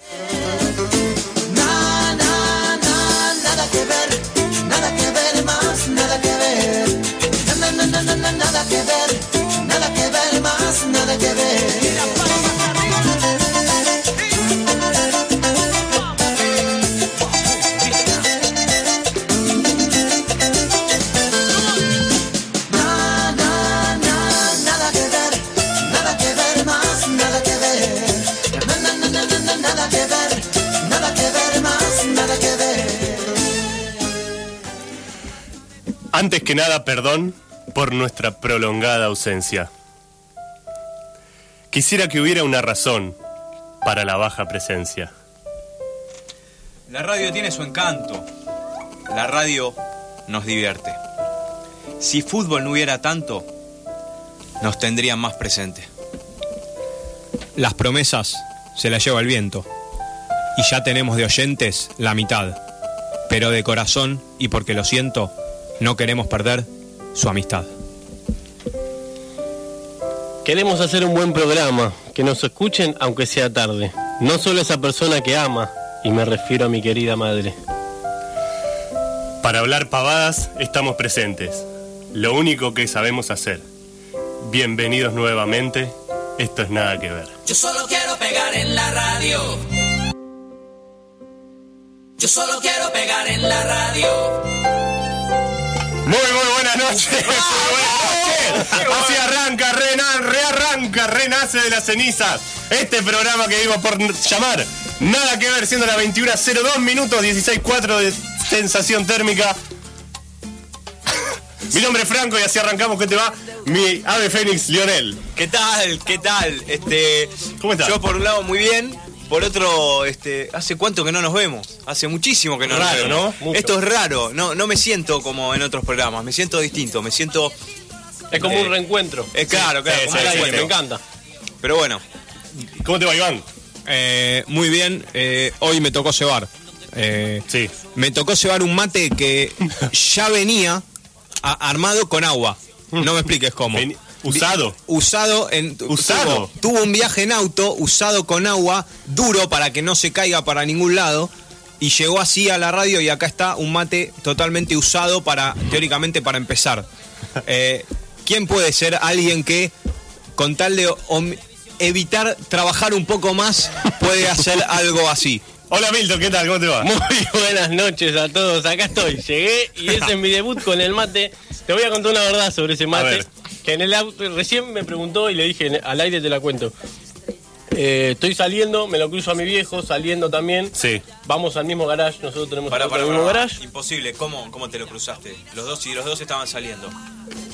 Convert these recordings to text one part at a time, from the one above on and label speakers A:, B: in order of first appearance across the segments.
A: Na, na, na, nada que ver, nada que ver más, nada que ver. Na, na, na, na, na, nada que ver, nada que ver más, nada que ver. Na, na, na, nada que ver, nada que ver más, nada que ver. Na, na, na, na, na, na, nada que ver, nada que ver más, nada que ver.
B: Antes que nada, perdón por nuestra prolongada ausencia. Quisiera que hubiera una razón para la baja presencia.
C: La radio tiene su encanto. La radio nos divierte. Si fútbol no hubiera tanto, nos tendrían más presente. Las promesas se las lleva el viento. Y ya tenemos de oyentes la mitad. Pero de corazón y porque lo siento, no queremos perder su amistad.
D: Queremos hacer un buen programa, que nos escuchen aunque sea tarde. No solo esa persona que ama, y me refiero a mi querida madre.
B: Para hablar pavadas estamos presentes. Lo único que sabemos hacer. Bienvenidos nuevamente. Esto es nada que ver.
A: Yo solo quiero pegar en la radio. Yo solo quiero pegar en la radio.
B: Muy, muy buenas noches. muy buenas noches. Así arranca, rena- rearranca, renace de las cenizas. Este programa que iba por n- llamar Nada que ver, siendo las 21.02 minutos, 16.4 de sensación térmica. Mi nombre es Franco y así arrancamos. ¿Qué te va? Mi ave Fénix, Lionel.
C: ¿Qué tal? ¿Qué tal? Este,
B: ¿Cómo estás?
C: Yo por un lado muy bien, por otro, este, ¿hace cuánto que no nos vemos? Hace muchísimo que no
B: Raro,
C: nos vemos.
B: ¿no? Mucho.
C: Esto es raro, no, no me siento como en otros programas, me siento distinto, me siento...
D: Es como
C: Eh,
D: un reencuentro.
C: eh, claro, claro,
B: sí,
C: como
B: sí,
C: un
B: sí,
C: encuentro.
B: sí.
D: me encanta.
C: Pero bueno,
B: ¿Cómo te va, Iván?
C: eh, muy bien, eh, hoy me tocó cebar. Eh,
B: Sí.
C: Me tocó cebar un mate que ya venía a- armado con agua. No me expliques cómo.
B: Ven- usado.
C: usado en
B: Usado.
C: Tuvo, tuvo un viaje en auto usado con agua duro para que no se caiga para ningún lado y llegó así a la radio y acá está un mate totalmente usado para teóricamente para empezar Eh, quién puede ser alguien que con tal de om- evitar trabajar un poco más puede hacer algo así
B: Hola, Milton, ¿qué tal? ¿Cómo te va?
D: Muy buenas noches a todos. Acá estoy. Llegué y ese es mi debut con el mate. Te voy a contar una verdad sobre ese mate.
B: ver.
D: Que en el auto recién me preguntó y le dije "En- al aire te la cuento. Eh, estoy saliendo, me lo cruzo a mi viejo, saliendo también.
B: Sí.
D: Vamos al mismo garage, nosotros tenemos
C: Pará,
D: el
C: pará,
D: auto en el
C: pará.
D: mismo garage.
C: imposible cómo cómo te lo cruzaste los dos y los dos estaban saliendo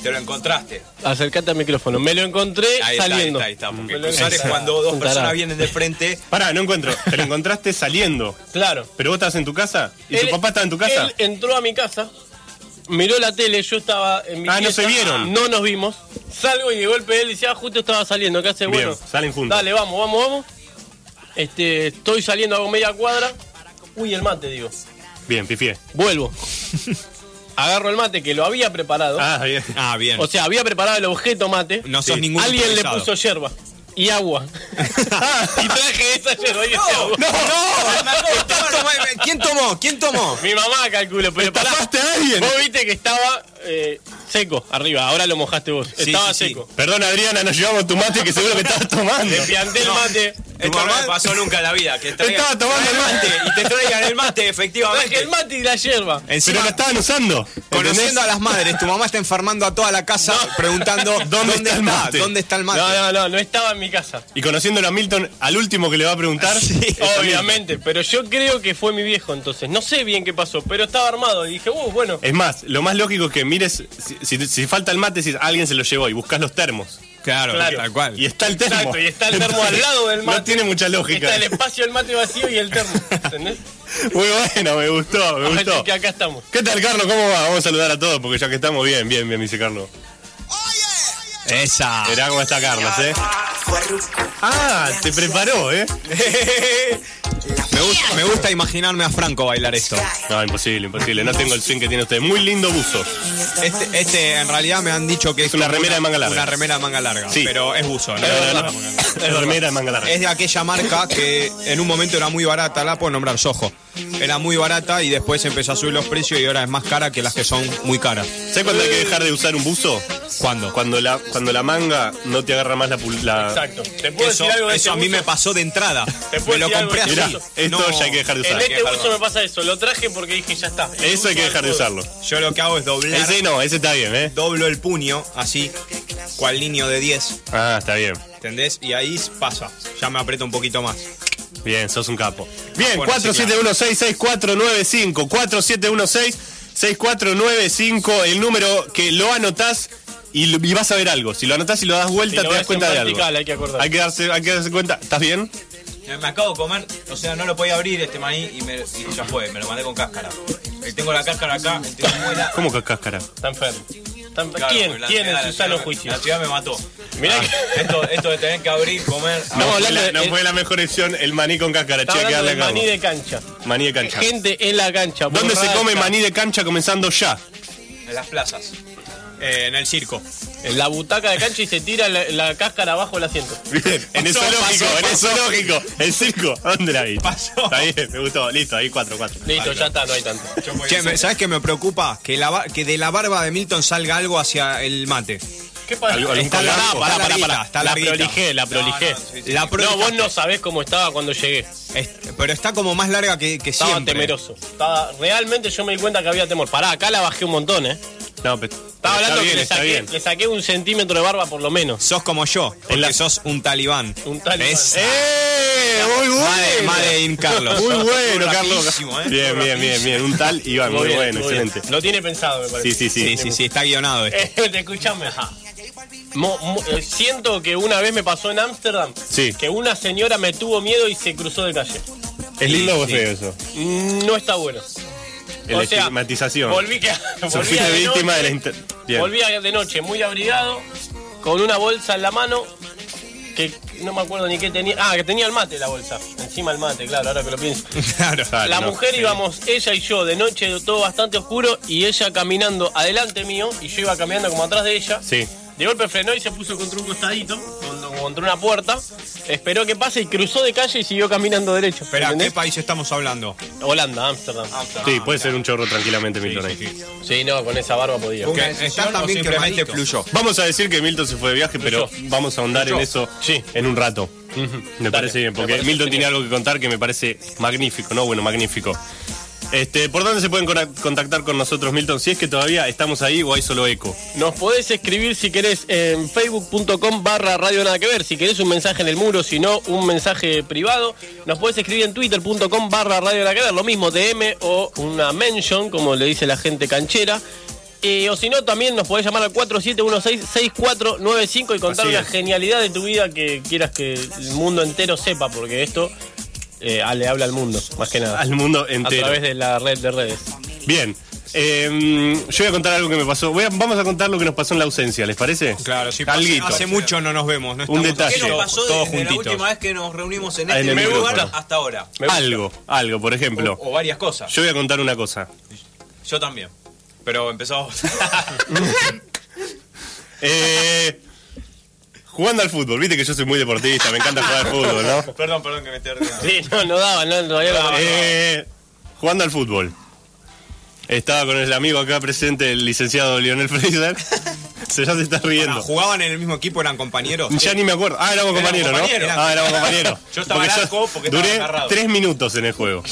C: te lo encontraste
D: Acercate al micrófono. Me lo encontré
C: Ahí está,
D: saliendo.
C: ahí está, ahí está, porque
D: Me lo
C: cruzar es
D: encontré.
C: cuando dos
D: Un
C: personas
D: tarado.
C: vienen de frente.
B: Pará, no encuentro. Te lo encontraste saliendo.
D: Claro.
B: Pero vos estabas en tu casa y
D: Él-
B: tu papá estaba en tu casa.
D: Él entró a mi casa, miró la tele, yo estaba en mi
B: Ah, no
D: pieza,
B: se vieron.
D: No nos vimos. Salgo y de golpe él dice, ah, justo estaba saliendo, ¿qué hace?
B: Bien,
D: bueno,
B: salen juntos.
D: Dale, vamos, vamos, vamos. Este, estoy saliendo, hago media cuadra. Uy, el mate, digo.
B: Bien, pifié.
D: Vuelvo. Agarro el mate que lo había preparado.
B: Ah, bien.
C: Ah, bien.
D: O sea, había preparado el objeto mate.
C: No sos ningún
D: Alguien le
C: improvisado.
D: puso yerba y agua. y traje esa yerba y ese agua.
C: Ah, ¡No! ¿Quién tomó? ¿Quién tomó?
D: Mi mamá calculo, pero pará.
B: tapaste a alguien?
D: Vos viste que estaba eh, seco arriba, ahora lo mojaste vos.
C: Sí,
D: estaba
C: sí, sí.
D: seco.
B: Perdón, Adriana, nos llevamos tu mate que seguro que estabas tomando.
D: Le pianté el mate.
C: Esto no
B: mamá?
C: me pasó nunca en la vida. Que traigan-
B: Estaba tomando
C: traigan
B: el mate.
C: Y te traigan el mate,
D: Traje
C: efectivamente.
D: el mate y la yerba.
B: Pero
C: Encima,
B: la estaban usando.
C: conociendo a las madres, tu mamá está enfermando a toda la casa preguntando dónde,
B: está el mate?
C: ¿Dónde está el mate?
D: No, no, no, no estaba en mi casa.
B: Y conociéndolo a Milton, al último que le va a preguntar.
C: Sí,
B: es a Milton.
D: Obviamente, pero yo creo que fue mi viejo entonces. No sé bien qué pasó, pero estaba armado y dije, uh, bueno.
B: Es más, lo más lógico es que mires, si, si- si falta el mate, si alguien se lo llevó y buscas los termos.
C: Claro,
D: Claro.
C: tal cual.
B: Y está el termo.
D: Exacto, y está el termo al lado del mate.
B: No tiene mucha lógica.
D: Está el espacio del mate vacío y el termo. ¿Entendés?
B: Muy bueno, me gustó, me
D: Así
B: gustó.
D: que acá estamos.
B: ¿Qué tal, Carlos? ¿Cómo va? Vamos a saludar a todos porque ya que estamos bien, bien, bien, me dice Carlos.
C: Esa.
B: Verá cómo está Carlos, ¿eh? Ah, te preparó, ¿eh?
C: Me gusta, me gusta imaginarme a Franco bailar esto.
B: No, imposible, imposible. No tengo el swing que tiene usted. Muy lindo buzo.
C: Este, este, en realidad me han dicho que es
B: una
C: como
B: remera de manga larga.
C: Una remera de manga larga,
B: Sí.
C: pero es buzo. ¿no?
B: No, no, no. Es remera de manga larga.
C: Es de aquella marca que en un momento era muy barata, la puedo nombrar Sojo. Era muy barata y después empezó a subir los precios y ahora es más cara que las que son muy caras.
B: ¿Sabes cuándo hay que dejar de usar un buzo?
C: ¿Cuándo?
B: Cuando la, cuando la manga no te agarra más la... pul- la-
D: Exacto. Te puedo
C: Eso,
D: decir algo de este
C: eso a mí
D: buzo?
C: me pasó de entrada.
D: ¿Te puedo
C: Me lo
D: decir algo
C: compré
D: de este
C: así.
B: Mirá, esto ya hay que dejar de usar.
D: En este
C: Hay que
D: buzo me
C: dejarlo.
D: pasa eso. Lo traje porque dije ya está. El
B: Eso hay que
D: buzo
B: dejar de
D: del
B: usarlo.
C: Yo lo que hago es doblar,
B: Ese no, ese está bien, ¿eh?
C: doblo el puño, así, cual niño de 10,
B: Ah, está bien.
C: ¿entendés? Y ahí pasa, ya me aprieto un poquito más.
B: Bien, sos un capo. Bien,
C: Ah, bueno, sí,
B: 4716-6495. 4716-6495, el número que lo anotás y, lo- y vas a ver algo. Si lo anotás y lo das vuelta,
D: Si lo
B: te
D: ves
B: das
D: en
B: cuenta de algo.
D: vertical, hay que acordar.
B: Hay que darse, hay que darse cuenta. ¿Estás bien?
C: Me acabo de comer, o sea, no lo podía abrir este maní y, me, y ya fue, me lo mandé con cáscara. Eh, Tengo la cáscara acá, tengo muela.
B: ¿Cómo que cáscara?
D: Está enfermo. Está enfermo.
C: Claro,
D: ¿Quién?
C: porque la
D: ¿Quién
C: ciudad-
D: en
C: la
D: su sano
C: ciudad-
D: juicio?
C: La ciudad me mató.
D: Mirá
C: Ah,
D: que-
C: esto, esto de tener que abrir, comer.
B: No,
D: Estamos
B: fue
D: hablando
B: la,
D: de-
B: no fue la mejor opción el maní con cáscara. Ah, Che,
D: Está
B: hay que
D: hablando
B: darle
D: de
B: acá.
D: maní de cancha.
B: Maní de cancha.
D: Gente en la cancha.
B: ¿Dónde se
D: borracha,
B: come maní de cancha comenzando ya?
C: En las plazas. Eh, en el circo.
D: En la butaca de cancha y se tira la, la cáscara abajo del asiento.
B: Bien, en el
C: Pasó,
B: zoológico,
C: pasó,
B: en el zoológico, el circo, ¿dónde la viste?
C: Pasó.
B: Está bien, me gustó, listo, ahí cuatro, cuatro.
D: Listo, ya está, no hay tanto.
C: Che, me- ¿sabes qué me preocupa? Que, la ba- que de la barba de Milton salga algo hacia el mate.
D: ¿Qué pasa?
B: Algo- algún
D: Está
B: color.
D: larga,
B: Está
D: pará, pará,
C: larguita,
D: pará.
C: está
D: La
C: larguita.
D: prolijé, la prolijé.
C: No, no, sí, sí. La pro-
D: No, vos no sabés cómo estaba cuando llegué.
C: Es- pero está como más larga que, que
D: Estaba
C: siempre.
D: temeroso. Estaba, realmente yo me di cuenta que había temor. Pará, acá la bajé un montón, ¿eh?
B: No, pero-
D: Estaba
B: está
D: hablando
B: bien,
D: que le
B: está
D: saqué,
B: bien.
D: le saqué un centímetro de barba por lo menos.
C: Sos como yo, porque
B: la-
C: sos un talibán.
D: Un talibán.
C: Es-
B: ¡Eh! Muy bueno.
C: Madre, madre in Carlos.
B: Muy bueno, Carlos.
C: Rapidísimo, eh.
B: Bien, bien, bien, bien. Un tal Iván, muy, bueno,
D: muy
B: excelente.
D: Lo tiene pensado, me parece.
B: Sí, sí, sí.
C: Sí, sí, sí, está guionado esto.
D: Eh, te escuchame, ajá. Mo- mo- eh, siento que una vez me pasó en Ámsterdam
B: Sí.
D: que una señora me tuvo miedo y se cruzó de calle.
B: ¿Es lindo o es
C: Sí,
B: feo eso?
D: Mm, No está bueno.
B: La estigmatización.
D: Volví que
B: So,
D: volví
B: Fuiste
D: de
B: víctima de la...
D: noche-
B: inter- Bien.
D: Volví de noche muy abrigado, con una bolsa en la mano, que no me acuerdo ni qué tenía. Ah, que tenía el mate la bolsa. Encima el mate, claro, ahora que lo pienso.
B: Eh.
C: Claro.
B: Dale,
D: La
B: no,
D: mujer
B: sí.
D: íbamos, ella y yo, de noche, todo bastante oscuro, y ella caminando adelante mío, y yo iba caminando como atrás de ella.
B: Sí.
D: De golpe frenó y se puso contra un costadito, con- contra una puerta, esperó que pase y cruzó de calle y siguió caminando derecho.
C: Espera, ¿qué
D: ¿entendés?
C: país estamos hablando?
D: Holanda, Ámsterdam.
B: Sí, puede ser un chorro tranquilamente, Milton. ahí.
D: Ah, Sí, no, con esa barba podía.
C: Que Está también quemadito. fluyó.
B: Vamos a decir que Milton se fue de viaje, pero
D: Yo.
B: vamos a ahondar
D: Yo.
B: en eso
D: Sí.
B: en un rato. Me
D: Dale,
B: parece bien,
D: me
B: porque
D: parece
B: Milton
D: genial.
B: tiene algo que contar que me parece magnífico, ¿no? Bueno, magnífico. Este, ¿Por dónde se pueden cora- contactar con nosotros, Milton? Si es que todavía estamos ahí o hay solo eco.
D: Nos podés escribir si querés en facebook.com barra radio nada que ver, si querés un mensaje en el muro, si no un mensaje privado. Nos podés escribir en twitter.com barra radio nada que ver, lo mismo DM o una mention, como le dice la gente canchera. Eh, o si no, también nos podés llamar al 4716-6495 y contar
B: Así
D: una
B: es.
D: genialidad de tu vida que quieras que el mundo entero sepa, porque esto eh, le habla al mundo, más que nada.
B: Al mundo
D: a
B: entero.
D: través de la red de redes.
B: Bien. Eh, yo voy a contar algo que me pasó. Voy a- vamos a contar lo que nos pasó en la ausencia, ¿les parece?
C: Claro, sí, pasa-
B: Alguito.
C: hace mucho no nos vemos. No
B: Un
C: estamos aquí
B: detalle. ¿Qué nos
C: todos-
A: pasó
C: todos
A: desde
C: juntitos.
A: la última vez que nos reunimos en
B: Ahí
A: este
B: en el
A: mismo
B: micrófono.
A: lugar hasta ahora?
D: Me gusta.
B: Algo, algo, por
D: Oh,
B: ejemplo.
C: O varias cosas.
B: Yo voy a contar una cosa.
C: Yo también. Pero empezamos.
B: Eh, jugando al fútbol, viste que yo soy muy deportista, me encanta jugar al fútbol, ¿no?
C: perdón, perdón que me esté riendo.
D: Sí, no, no daba, no, todavía no daba.
B: Eh, jugando al fútbol. Estaba con el amigo acá presente, el licenciado Lionel Fraser. Se ya se está riendo.
C: ¿Jugaban en el mismo equipo? ¿Eran compañeros?
B: Ya ni me acuerdo. Ah, éramos
C: Éramos
B: compañeros, ¿no?
C: compañeros.
B: Ah, éramos compañeros.
C: Yo estaba en arco porque estaba
B: duré
C: agarrado.
B: tres minutos en el juego.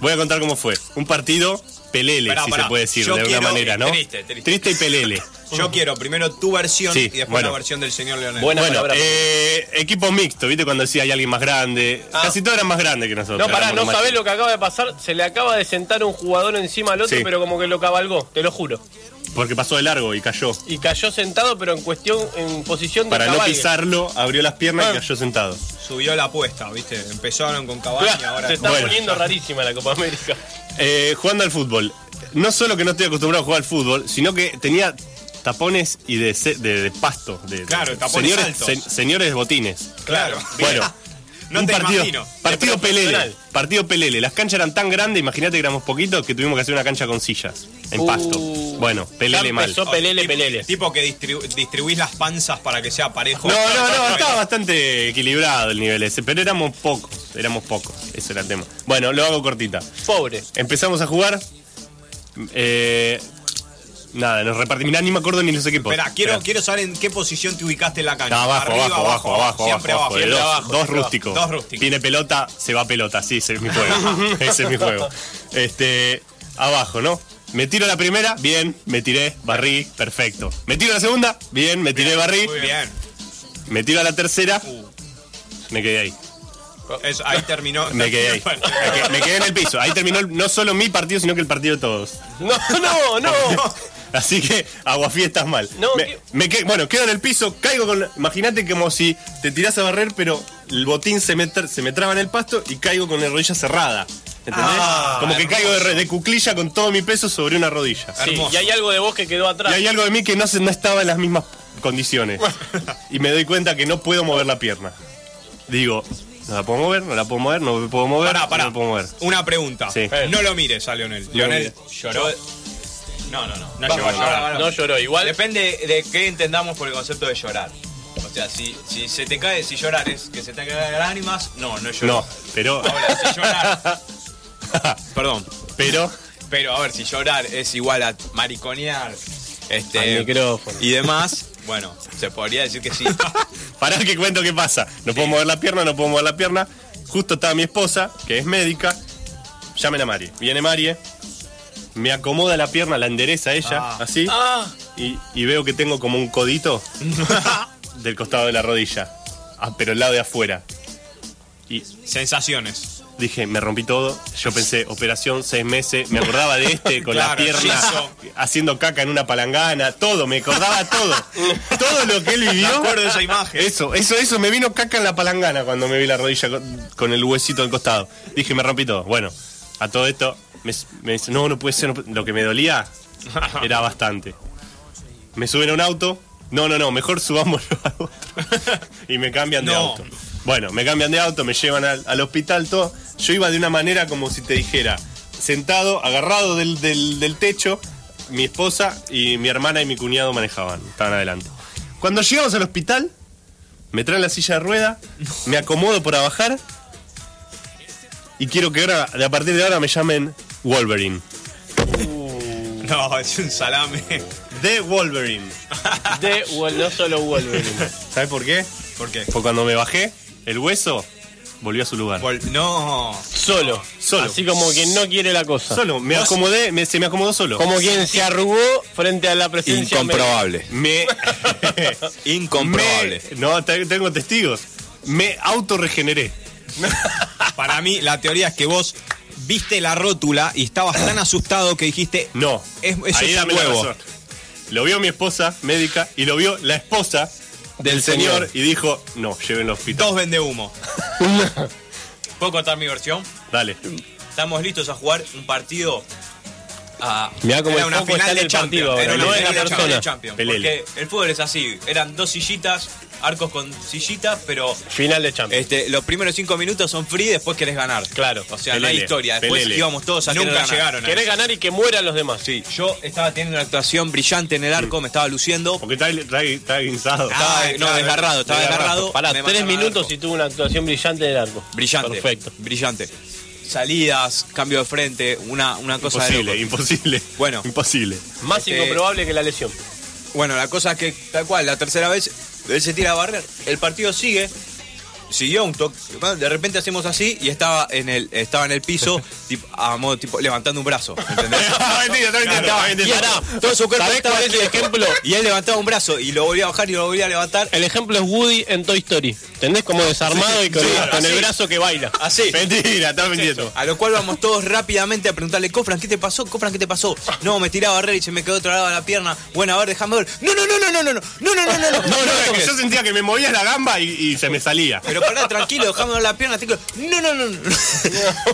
B: Voy a contar cómo fue. Un partido pelele,
C: Pará,
B: si
C: pará.
B: se puede decir,
C: Yo
B: de alguna
C: quiero-
B: manera, ¿no?
C: Triste, triste.
B: y pelele.
C: Yo quiero primero tu versión
B: Sí,
C: y después
B: bueno.
C: la versión del señor Leonel.
D: Buena
B: bueno,
D: palabra.
B: eh, equipo mixto, ¿viste? Cuando decía hay alguien más grande. Casi todos eran más grandes que nosotros.
D: Ah. No, pará,
B: Éramos
D: no
B: más
D: sabés lo que acaba de pasar. Se le acaba de sentar un jugador encima al otro,
B: Sí.
D: pero como que lo cabalgó, te lo juro.
B: Porque pasó de largo y cayó.
D: Y cayó sentado, pero en cuestión, en posición de
B: Para no
D: cabalgue.
B: pisarlo, abrió las piernas y cayó sentado.
C: Subió la apuesta, ¿viste? Empezaron con
D: Ah,
C: Cabaña, ahora
D: Se está
B: Bueno.
D: poniendo rarísima la Copa América.
B: Eh, jugando al fútbol. No solo que no estoy acostumbrado a jugar al fútbol, sino que tenía tapones y de, ce- de- de pasto. De,
C: Claro, tapones
B: señores,
C: altos.
B: se- señores botines.
C: Claro.
B: Bueno.
C: No
B: un
C: te
B: partido,
C: imagino.
B: Partido
D: De
B: pelele.
D: profesional.
B: Partido pelele. Las canchas eran tan grandes, imagínate que éramos poquitos, que tuvimos que hacer una cancha con sillas. En
D: Uh.
B: pasto. Bueno, pelele
D: Ya
B: mal.
D: empezó Pelele,
C: Tipo-
D: pelele.
C: Tipo que distribu- distribuís las panzas para que sea parejo.
B: No, no, no, estaba bastante equilibrado el nivel ese, pero éramos pocos, éramos pocos, ese era el tema. Bueno, lo hago cortita.
D: Pobre.
B: Empezamos a jugar. eh, nada, nos repartimos. Mirá, ni me acuerdo ni los equipos.
C: Espera, quiero,
B: Esperá.
C: quiero saber en qué posición te ubicaste en la cancha.
B: No, abajo,
C: Arriba,
B: abajo, abajo, abajo,
C: Siempre
B: abajo,
C: abajo,
B: de
C: siempre
B: dos,
C: abajo.
B: dos
C: siempre abajo.
B: rústicos.
C: Dos rústicos.
B: Tiene pelota, se va pelota, sí, ese es mi juego. ese es mi juego. Este, abajo, ¿no? Me tiro la primera, bien, me tiré, barrí, perfecto. Me tiro la segunda, bien, me tiré, barrí.
C: Muy bien. Uh.
B: Me tiro a la tercera, me quedé ahí.
C: Eso, ahí terminó.
B: Me quedé ahí.
C: Bueno.
B: Me que- Me quedé en el piso. Ahí terminó el- no solo mi partido, sino que el partido de todos.
D: No, no, no.
B: Así que aguafiestas mal.
D: No,
B: me,
D: ¿qué?
B: me que- bueno, quedo en el piso, caigo con. Imagínate como si te tirás a barrer, pero el botín se me, tra- se me traba en el pasto y caigo con la rodilla cerrada. ¿Entendés?
C: Ah,
B: como que
C: hermoso.
B: caigo de, re- de cuclilla con todo mi peso sobre una rodilla.
D: Sí,
C: Hermoso.
D: y hay algo de vos que quedó
B: Y
D: atrás.
B: hay algo de mí que no, se- no estaba en las mismas condiciones. y me doy cuenta que no puedo mover la pierna. Digo, no la puedo mover, no la puedo mover, no me puedo mover,
C: Pará, pará.
B: no la puedo mover.
C: Una pregunta.
B: Sí.
C: No lo mires a Leonel. Leonel lloró. No, no, no. No
D: Vamos,
C: llegó a llorar.
D: ahora, No lloró. Igual
C: Depende de qué entendamos por el concepto de llorar. O sea, si, si se te cae, si llorar es que se te caen las lágrimas, no, no lloró.
B: No, pero.
C: Ahora, si llorar. Perdón.
B: pero.
C: Pero a ver, si llorar es igual a mariconear este,
D: Al micrófono.
C: y demás, bueno, se podría decir que sí.
B: Pará que cuento qué pasa. No puedo mover la pierna, no puedo mover la pierna. Justo estaba mi esposa, que es médica. Llamen a Marie. Viene Marie, me acomoda la pierna, la endereza ella,
C: Ah.
B: así. Y, y veo que tengo como un codito del costado de la rodilla. Ah, pero el lado de afuera. Y
C: Sensaciones.
B: dije, me rompí todo. Yo pensé, operación, seis meses. Me acordaba de este con la
C: Claro,
B: pierna
C: yeso.
B: haciendo caca en una palangana. Todo, me acordaba todo. todo lo que él vivió.
C: Me acuerdo de esa imagen.
B: Eso, eso, eso. Me vino caca en la palangana cuando me vi la rodilla con, con el huesito del costado. Dije, me rompí todo. Bueno, a todo esto me, me dice, no, no puede ser. no puede- lo que me dolía era bastante. Me suben a un auto. No, no, no, mejor subámoslo a otro. y me cambian de
C: No.
B: auto. Bueno, me cambian de auto, me llevan al, al hospital, todo. Yo iba de una manera como si te dijera, sentado, agarrado del, del- del techo, mi esposa y mi hermana y mi cuñado manejaban, estaban adelante. Cuando llegamos al hospital, me traen la silla de rueda, me acomodo para bajar y quiero que ahora, a partir de ahora me llamen Wolverine.
C: No, es un salame.
B: The Wolverine.
D: de Wol- no solo Wolverine.
B: ¿Sabes por qué?
C: ¿Por qué?
B: Porque cuando me bajé, el hueso volvió a su lugar.
C: Vol- no.
D: Solo.
B: Solo.
D: Así como quien no quiere la cosa.
B: Solo, me acomodé, me- se me acomodó solo.
D: Como quien se arrugó frente a la presencia.
A: Incomprobable.
B: Me.
A: Incomprobable.
B: me- no, te- tengo testigos. Me autorregeneré.
C: Ah, Para mí, la teoría es que vos viste la rótula y estabas tan asustado que dijiste.
B: No.
C: Es- eso es un
B: dame la
C: huevo.
B: razón. Lo vio mi esposa médica y lo vio la esposa del señor, y dijo: No, llévenlo al hospital.
C: Dos vende humo. ¿Puedo contar mi versión?
B: Dale.
C: Estamos listos a jugar un partido. Ah,
D: Mirá cómo
C: era
D: el
C: una
D: foco está
C: final
D: en
C: de
D: el partido
C: Champions.
D: ahora,
C: Era una
D: no
C: final
D: en la
C: de Champions,
D: persona.
C: de Champions,
B: Pelele.
C: Porque el fútbol es así. Eran dos sillitas, arcos con sillitas, pero
D: Final de
B: Eh,
D: Champions.
C: este, los primeros cinco minutos son free, después querés ganar.
D: Claro.
C: O sea, no
B: Pelele,
C: hay historia. Después
B: pelele.
C: íbamos todos a
B: Nunca
C: querer ganar.
B: llegaron
D: Querés ganar y que mueran los demás.
C: Sí, yo estaba teniendo una actuación brillante en el arco, me estaba luciendo.
B: Porque está, está, está guinzado.
C: Estaba,
B: Ah,
C: no,
B: claro.
C: desgarrado, estaba desgarrado.
D: Pará,
C: me
D: tres
C: mandaron al
D: minutos
C: arco.
D: y tuvo una actuación brillante en el arco.
C: Brillante.
D: Perfecto.
C: Brillante. Salidas, cambio de frente, una, una cosa de
B: Imposible,
C: loco.
B: imposible.
C: Bueno.
B: Imposible.
D: Más
C: Este-
D: incomprobable que la lesión.
C: Bueno, la cosa es que tal cual, la tercera vez él se tira a barrer, el partido sigue, siguió un toque. De repente hacemos así y estaba en el, estaba en el piso, tipo, a modo tipo levantando un brazo. ¿entendés?
B: mentira, está bien, está bien,
D: Y
B: está
D: pará,
B: bien.
D: todo su cuerpo ¿Sabés cuál es el ejemplo?
C: Y él levantaba un brazo y lo volvía a bajar y lo volvía a levantar.
D: El ejemplo es Woody en Toy Story. ¿Entendés? Como desarmado y con,
C: sí, claro,
D: con el
C: así.
D: brazo que baila.
C: Así.
B: Mentira, está mintiendo.
C: A lo cual vamos todos rápidamente a preguntarle, Cofran, ¿qué te pasó? Cofran, ¿qué te pasó? No, me tiraba a barrer y se me quedó atorada la pierna. Bueno, a ver, déjame ver. No, no, no, no, no, no, no, no, no, no, no, no,
B: No, no, es que
C: toques.
B: yo sentía que me movía la gamba y, y se me salía.
C: Pero pará, tranquilo, déjame ver la pierna. tranquilo. No, no, no, no.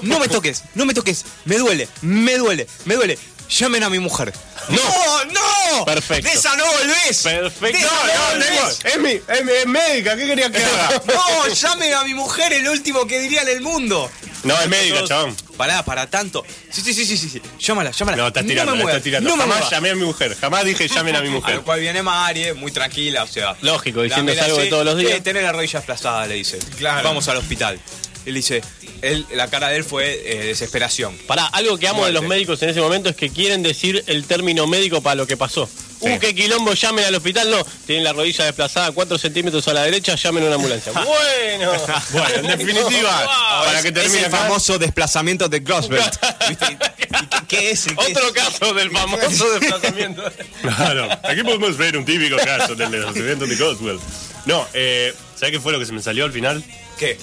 C: No me toques, no me toques. Me duele, me duele, me duele. Llamen a mi mujer.
B: ¡No! ¡No!
D: Perfecto.
C: De esa no volvés.
D: Perfecto.
C: De esa
B: No, no, tengo.
C: volvés.
B: Es mi, es mi- es médica, ¿qué quería que haga?
C: No, llamen a mi mujer, el último que diría en el mundo.
B: No, es médica, chabón.
C: Pará, para tanto. Sí, sí, sí, sí, sí. sí. Llámala, llámala.
B: No, estás
C: no
B: tirando,
C: me
B: la
C: muevas,
B: estás tirando.
C: No me
B: Jamás
C: muevas.
B: llamé a mi mujer, jamás dije llamen a mi
C: A
B: mujer.
C: lo cual viene Marie, muy tranquila, o sea.
D: Lógico,
C: la
D: diciéndose
C: mira
D: algo de
C: así,
D: todos los días.
C: "Eh, Tenés la rodilla aplastada, le dice.
B: Claro.
C: Vamos al hospital. Él dice, él, la cara de él fue eh, desesperación.
D: Pará, algo que amo de los
C: Muerte.
D: médicos en ese momento es que quieren decir el término médico para lo que pasó. Uh, qué quilombo, llamen al hospital. No, tienen la rodilla desplazada 4 centímetros a la derecha, llamen a una ambulancia. bueno.
B: Bueno, en definitiva, para que
C: es
B: termine
C: el
B: acá.
C: famoso desplazamiento de Grosbert. ¿Viste? ¿Y qué, qué es? ¿Qué es?
D: Otro caso del famoso desplazamiento.
B: Claro, aquí podemos ver un típico caso del desplazamiento de Coswell. No, eh, ¿sabes qué fue lo que se me salió al final?
C: ¿Qué?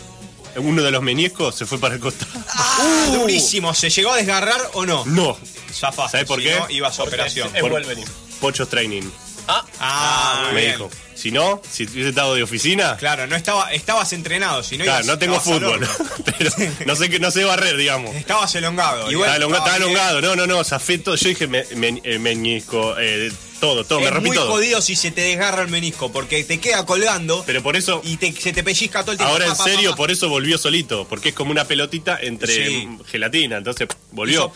B: Uno de los meniscos se fue para el costado.
C: Ah, durísimo. ¿Se llegó a desgarrar o no?
B: No,
C: Zafaste.
B: Mm. ¿Sabés por
C: si
B: qué?
C: No, ibas a operación.
D: Es
B: Por-
D: Wolverine.
B: Pochos Training.
D: Ah,
C: Ah, muy
B: me
C: bien.
B: dijo. Si no, si hubiese estado de oficina,
C: Claro, no estaba, estabas entrenado, si no
B: Claro,
C: ibas-
B: no tengo
C: estabas al
B: fútbol,
C: horno.
B: pero no sé, que- no sé barrer, digamos.
C: Estabas elongado.
B: Estaba
C: Igual- eh,
B: elongado, estaba
C: bien.
B: elongado, no, no, no, zafé todo. Yo dije me, me- eh, meñisco, eh, todo, todo, me
C: es
B: rompí
C: muy
B: todo.
C: jodido si se te desgarra el menisco, porque te queda colgando
B: Pero por eso,
C: y te- se te pellizca todo el tiempo.
B: ahora
C: Pa,
B: en
C: pa, pa,
B: serio,
C: pa.
B: por eso volvió solito, porque es como una pelotita entre
C: Sí.
B: mm, gelatina, entonces volvió.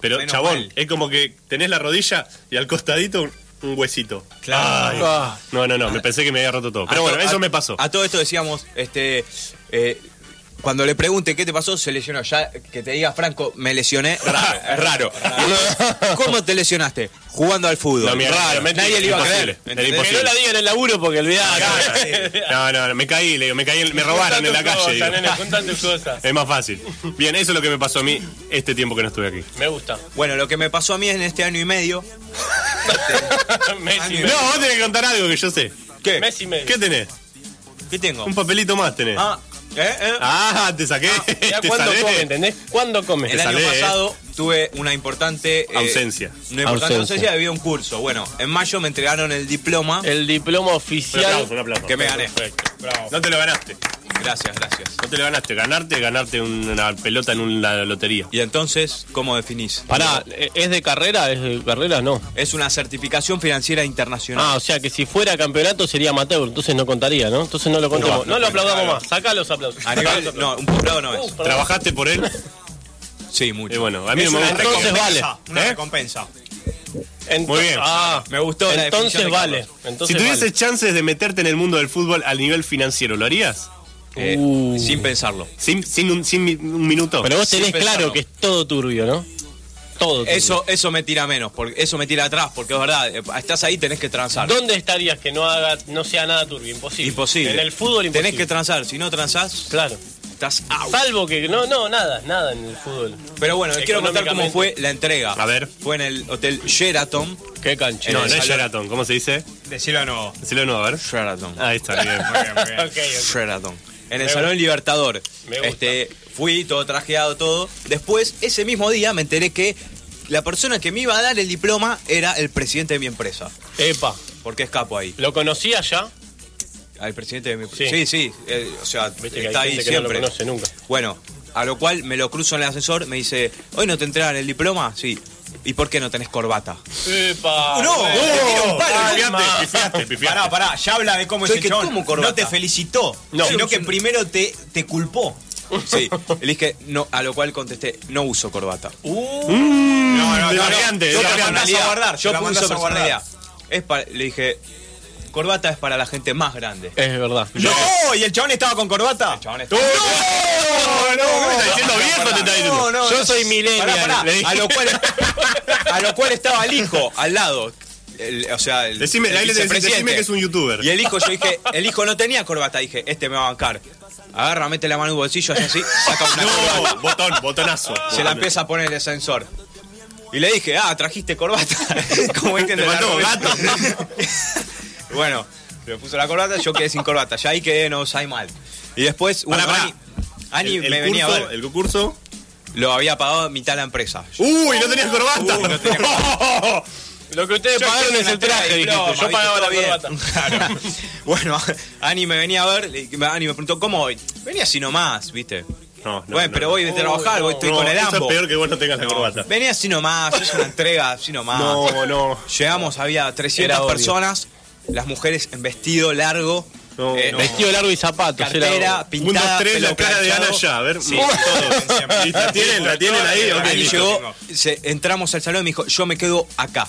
B: Pero
C: menos
B: chabón,
C: mal.
B: es como que tenés la rodilla y al costadito un, un huesito.
C: Claro.
D: Ah.
B: No, no, no, me pensé que me había roto todo. Pero
C: A
B: bueno,
C: to-
B: eso
C: a-
B: me pasó.
C: A todo esto decíamos, este. eh, cuando le pregunte qué te pasó, se lesionó. Ya que te diga, Franco, me lesioné. Raro. es raro. ¿Cómo te lesionaste? Jugando al fútbol.
B: No, mira,
C: raro.
B: realmente
C: Nadie le iba a
B: imposible,
C: creer.
B: era
C: ¿entendés?
D: Que no la digan en el laburo porque olvidá.
B: No, no, no, me caí, le digo, me caí, en- me robaron en la calle. digo.
D: cosas.
B: Es más fácil. Bien, eso es lo que me pasó a mí este tiempo que no estuve aquí.
D: Me gusta.
C: Bueno, lo que me pasó a mí en este año y medio.
D: Messi,
B: No, vos tenés que contar algo que yo sé.
C: ¿Qué?
D: Messi, Messi.
B: ¿Qué tenés?
C: ¿Qué tengo?
B: Un papelito más tenés. Ah,
C: Ah, ¿eh? ¿eh?
B: te saqué.
D: Ah, Mirá
B: te
D: cuándo
B: salvé.
D: come, ¿entendés? ¿Cuándo come?
C: El año
B: salé, ¿eh?
C: pasado tuve una importante eh,
B: Ausencia.
C: Una importante
D: Ausencia.
C: ausencia debido a un curso. Bueno, en mayo me entregaron el diploma.
D: El diploma
B: Un
D: oficial.
B: aplauso, un aplauso.
C: Que me gané.
B: Perfecto. No te lo ganaste.
C: Gracias, gracias.
B: No te lo ganaste. Ganarte, ganarte una pelota en una lotería.
C: Y entonces, ¿cómo definís?
D: Pará, ¿eh, ¿es de carrera? ¿Es de carrera? No.
C: Es una certificación financiera internacional.
D: Ah, o sea que si fuera campeonato sería amateur, entonces no contaría, ¿no? Entonces no lo contamos. No,
B: No,
D: lo aplaudamos
B: claro.
D: más. Sacá los aplausos.
C: A nivel- no, un posgrado no es.
D: Ah. Uh, perdón.
B: ¿Trabajaste por él?
C: Sí,
B: Y
C: mucho.
B: bueno, a mí no me
D: una
B: gusta.
D: entonces vale.
C: Una
B: ¿Eh?
C: recompensa.
D: Ento-
B: Muy bien.
D: Ah,
C: Me gustó la
D: Entonces
C: definición de
D: vale.
C: Carlos.
D: Entonces
B: Si tuvieses
D: vale.
B: chances de meterte en el mundo del fútbol al nivel financiero, ¿lo harías?
C: Eh,
D: Uh.
C: Sin pensarlo.
B: Sin, sin, un, sin mi- un minuto.
D: Pero vos tenés
C: Sí,
D: claro
C: pensando.
D: que es todo turbio, ¿no? Todo turbio.
C: Eso, eso me tira menos, porque eso me tira atrás, porque es verdad, eh, estás ahí, tenés que transar.
D: ¿Dónde estarías que no haga, no sea nada turbio? Imposible.
C: Imposible.
D: En el fútbol imposible.
C: Tenés que transar, si no transás,
D: Claro.
C: estás out.
D: Salvo que no, no, nada, nada en el fútbol.
C: Pero bueno, les quiero contar cómo
D: Económicamente.
C: fue la entrega.
B: A ver.
C: Fue en el hotel Sheraton.
D: Qué cancha.
B: no,
C: en el
B: no es
C: salón.
B: Sheraton. ¿Cómo se dice?
C: Decilo de nuevo.
B: Decilo de nuevo, a ver.
C: Sheraton.
B: Ahí está, bien.
D: Ok, ok.
C: Sheraton. En el
D: Me
C: Salón Libertador.
D: Me gusta.
C: Este, fui todo trajeado, todo. Después, ese mismo día, me enteré que la persona que me iba a dar el diploma era el presidente de mi empresa.
D: Epa,
C: Porque escapo ahí.
D: ¿lo conocía ya?
C: Al presidente de mi empresa.
D: Sí.
C: Sí, sí. eh, o sea,
D: Viste que
C: está
D: hay
C: ahí
D: gente que no lo
C: siempre.
D: conoce nunca.
C: Bueno, a lo cual me lo cruzo en el ascensor, me dice, ¿hoy no te entregan el diploma? Sí. ¿Y por qué no tenés corbata?
D: Epa.
C: ¡No!
D: bueno.
C: ¡Te tiro
D: ¡Oh!
C: un palo!
B: Pifiaste, pifiaste, pifiaste.
A: Pará, pará, ya habla de cómo es
C: Soy
A: el
C: que
A: chabón.
C: tomo corbata.
A: No te felicitó,
D: No.
A: sino que primero te, te culpó.
C: Sí. Le dije, no, a lo cual contesté, no uso corbata. Mm,
A: No,
B: de variante,
A: yo
B: de
A: te la
B: variante.
A: mandás a guardar,
C: Yo
A: te la
C: puse
A: mandás a guardar.
C: personalidad. Es para, le dije, corbata es para la gente más grande.
D: Es verdad.
A: No, ¿y el chabón estaba con corbata?
C: Chabón, está-
B: ¡No! ¿Qué me está diciendo viejo? Te está diciendo.
A: No, no,
D: Yo
A: no.
D: soy
A: Pará,
D: millennial.
A: pará,
D: le dije.
A: a lo cual,
C: A lo cual estaba el hijo al lado. el- o sea, el,
B: Decime,
C: el
B: ahí le decís,
C: vicepresidente.
B: decime que es un youtuber.
C: Y el hijo, yo dije, el hijo no tenía corbata, dije, este me va a bancar. Agarra, mete la mano en el bolsillo, hace así, saca una corbata.
B: No, botón, botonazo.
C: Se la empieza a poner el sensor. Y le dije, ah, trajiste corbata. Como viste en
B: Te
C: el
B: mandó
C: arroyo. bueno, le puso la corbata, yo quedé sin corbata. Ya ahí quedé, no hay mal. Y después,
B: Pará, pará.
C: Ani, Ani
B: El- el
C: me venía a
B: curso-
C: ver.
B: El concurso.
C: Lo había pagado mitad la empresa.
B: Uy, no tenías corbata.
C: Uy, no tenía
D: Lo que ustedes
C: Yo
D: pagaron
C: tengo
D: es
C: una
D: el
C: tela de
D: traje, dijiste.
C: diploma,
D: Yo
C: ¿viste?
D: pagaba la
C: Todo bien.
D: corbata.
C: Claro. bueno, Ani me venía a ver, le- Ani me preguntó, ¿cómo voy? Venía así nomás, ¿viste?
B: No, no,
C: bueno,
B: no,
C: pero
B: no.
C: voy de trabajar, voy, estoy
B: No,
C: con el
B: eso
C: ambo.
B: es peor que vos no tengas la corbata.
C: Venía así nomás, es una entrega, así nomás.
B: No, no.
C: Llegamos, había 300
D: Era obvio.
C: personas, las mujeres en vestido largo,
B: No,
C: eh,
B: no.
D: Vestido largo y zapatos. era-
C: cartera,
B: Un, dos,
C: pintada,
B: tres, la
C: pelo
B: cara de Ana
C: planchado.
B: ya. A ver,
C: Sí.
B: vamos todos. Y la tienen, la tienen ahí. ok,
C: Ani
B: listo.
C: llegó, se- entramos al salón y me dijo, yo me quedo acá.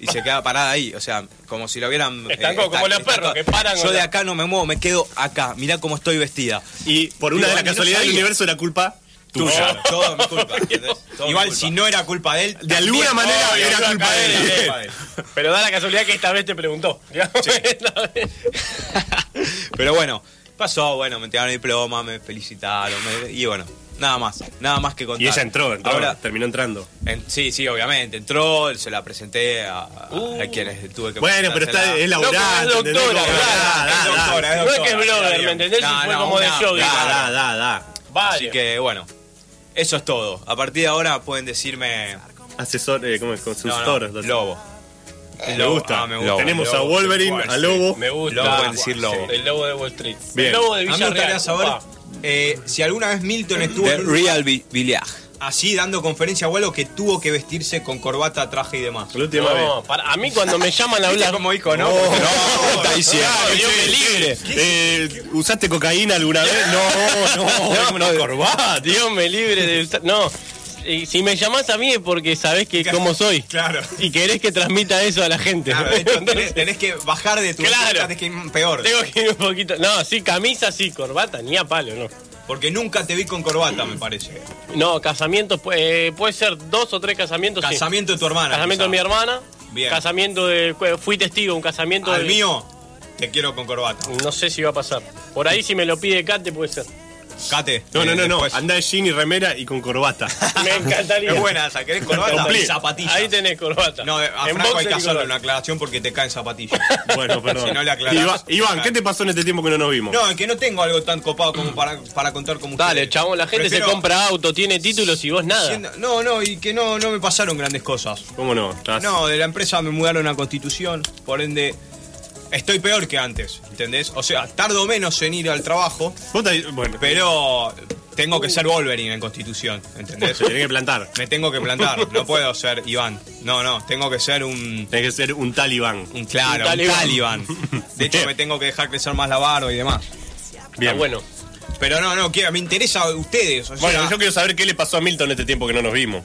C: Y se queda parada ahí, o sea, como si lo hubieran... eh,
D: Estancó, como los perros que paran
C: Yo
D: con
C: de
D: la-
C: acá no me muevo, me quedo acá. Mirá cómo estoy vestida.
B: Y por
C: Digo,
B: una de las
C: Ani, no
B: casualidades del
C: sabía.
B: universo, la culpa
C: Tuya.
B: tuya.
C: Todo mi culpa, ¿entendés? Todo mi
A: Igual,
C: culpa.
A: si no era culpa de él.
B: De alguna manera
A: Obvio,
B: era
A: era
B: culpa de
A: culpa de él,
B: él.
A: culpa de él.
D: Pero da la casualidad que esta vez te preguntó. Esta vez.
C: Pero bueno, pasó, bueno, me entregaron el diploma, me felicitaron, me- y bueno, nada más, nada más que contar.
B: Y ella entró, entró,
C: Ahora,
B: terminó entrando.
C: en- sí, sí, obviamente, entró, se la presenté a, a
D: Uh.
C: quienes tuve que
B: Bueno, pero está,
C: presentársela.
B: es laburante.
D: No, como es
B: ¿entendés?
D: doctora,
B: Como, da,
D: claro,
B: da,
D: es
B: da.
A: doctora,
D: No es que es blogger, ¿me entendés?
C: No,
D: Si fue
C: no,
D: como de
C: una-
D: yoga.
C: da,
D: claro.
B: Da, da, da.
D: Vale.
C: Así que bueno, eso es todo. A partir de ahora pueden decirme.
B: Asesor, eh, ¿cómo es?
C: no, no,
B: Consultor. doctor.
C: lobo.
B: Me
C: Lobo,
B: gusta.
C: ah, me gusta.
B: Tenemos a
C: Lobo,
B: Wolverine,
C: sí,
B: a Lobo.
D: Me gusta.
C: Lobo, pueden decir lobo.
D: El lobo de Wall Street.
B: Bien.
D: El lobo de
C: A mí
D: Villarreal.
C: me gustaría saber
D: Opa.
C: eh, si alguna vez Milton estuvo en un lugar
A: Real
C: Village.
A: Así dando conferencia o algo que tuvo que vestirse con corbata, traje y demás.
B: La última vez.
D: No, para- a mí cuando me llaman a hablar.
C: como dijo, ¿no?
B: No,
C: está diciendo.
B: Ah,
D: Dios
B: sí,
D: me libre.
B: sí. Eh, ¿Usaste cocaína alguna vez? No, no, no, no corbata.
D: Ah, Dios me libre de usar. No. Y si me llamás a mí es porque sabés que cómo soy.
A: Claro.
D: Y querés que transmita eso a la gente.
A: Claro, de hecho, tenés,
D: Entonces,
A: tenés que bajar de tu
D: Claro.
A: altura, tenés que ir peor.
D: Tengo que ir un poquito. No, sí, camisa, sí, corbata, ni a palo, no.
A: Porque nunca te vi con corbata, me parece.
D: No, casamientos, pu- eh, puede ser dos o tres casamientos. sí.
A: Casamiento de tu hermana.
D: Casamiento de mi
A: quizá.
D: hermana.
A: Bien.
D: Casamiento de. eh, Fui testigo, un casamiento
A: Al
D: de-
A: mío, te quiero con corbata.
D: No sé si va a pasar. Por ahí, si me lo pide Cate, puede ser.
A: Cate.
B: No, no,
A: eh,
B: no, no.
A: después.
B: Andá de jean y remera y con corbata.
D: Me encantaría.
A: Es buena esa, ¿querés corbata?
B: Cumplí.
A: Y zapatillas.
D: Ahí tenés corbata.
A: No, eh, a
D: En
A: Franco hay
D: boxer
A: que
D: y
A: hacerle
D: corbata.
A: una aclaración porque te caen zapatillas.
B: Bueno, perdón.
A: Si no le aclarás.
B: Iba- Iván, ¿qué te pasó en este tiempo que no nos vimos?
A: No, es que no tengo algo tan copado como para, para contar como
D: Dale,
A: ustedes.
D: chabón, la gente
A: Prefiero-
D: se compra auto, tiene títulos y vos nada.
A: siendo- No, no, y que no, no me pasaron grandes cosas.
B: ¿Cómo no? Estás-
A: No, de la empresa me mudaron a Constitución, por ende estoy peor que antes, ¿entendés? O sea, tardo menos en ir al trabajo,
B: Vos estás- Bueno,
A: pero tengo que ser Wolverine en Constitución, ¿entendés?
B: se tiene que plantar.
A: Me tengo que plantar, no puedo ser Iván. No, no, tengo que ser un...
B: Tenés que ser un talibán.
A: Un claro,
D: Un
A: un
D: talibán.
A: talibán. De hecho, me tengo que dejar crecer más la barba y demás.
B: Bien.
D: Ah, bueno.
A: Pero no, no, quiero, me interesa a ustedes. o sea,
B: Bueno, yo quiero saber qué le pasó a Milton este tiempo que no nos vimos.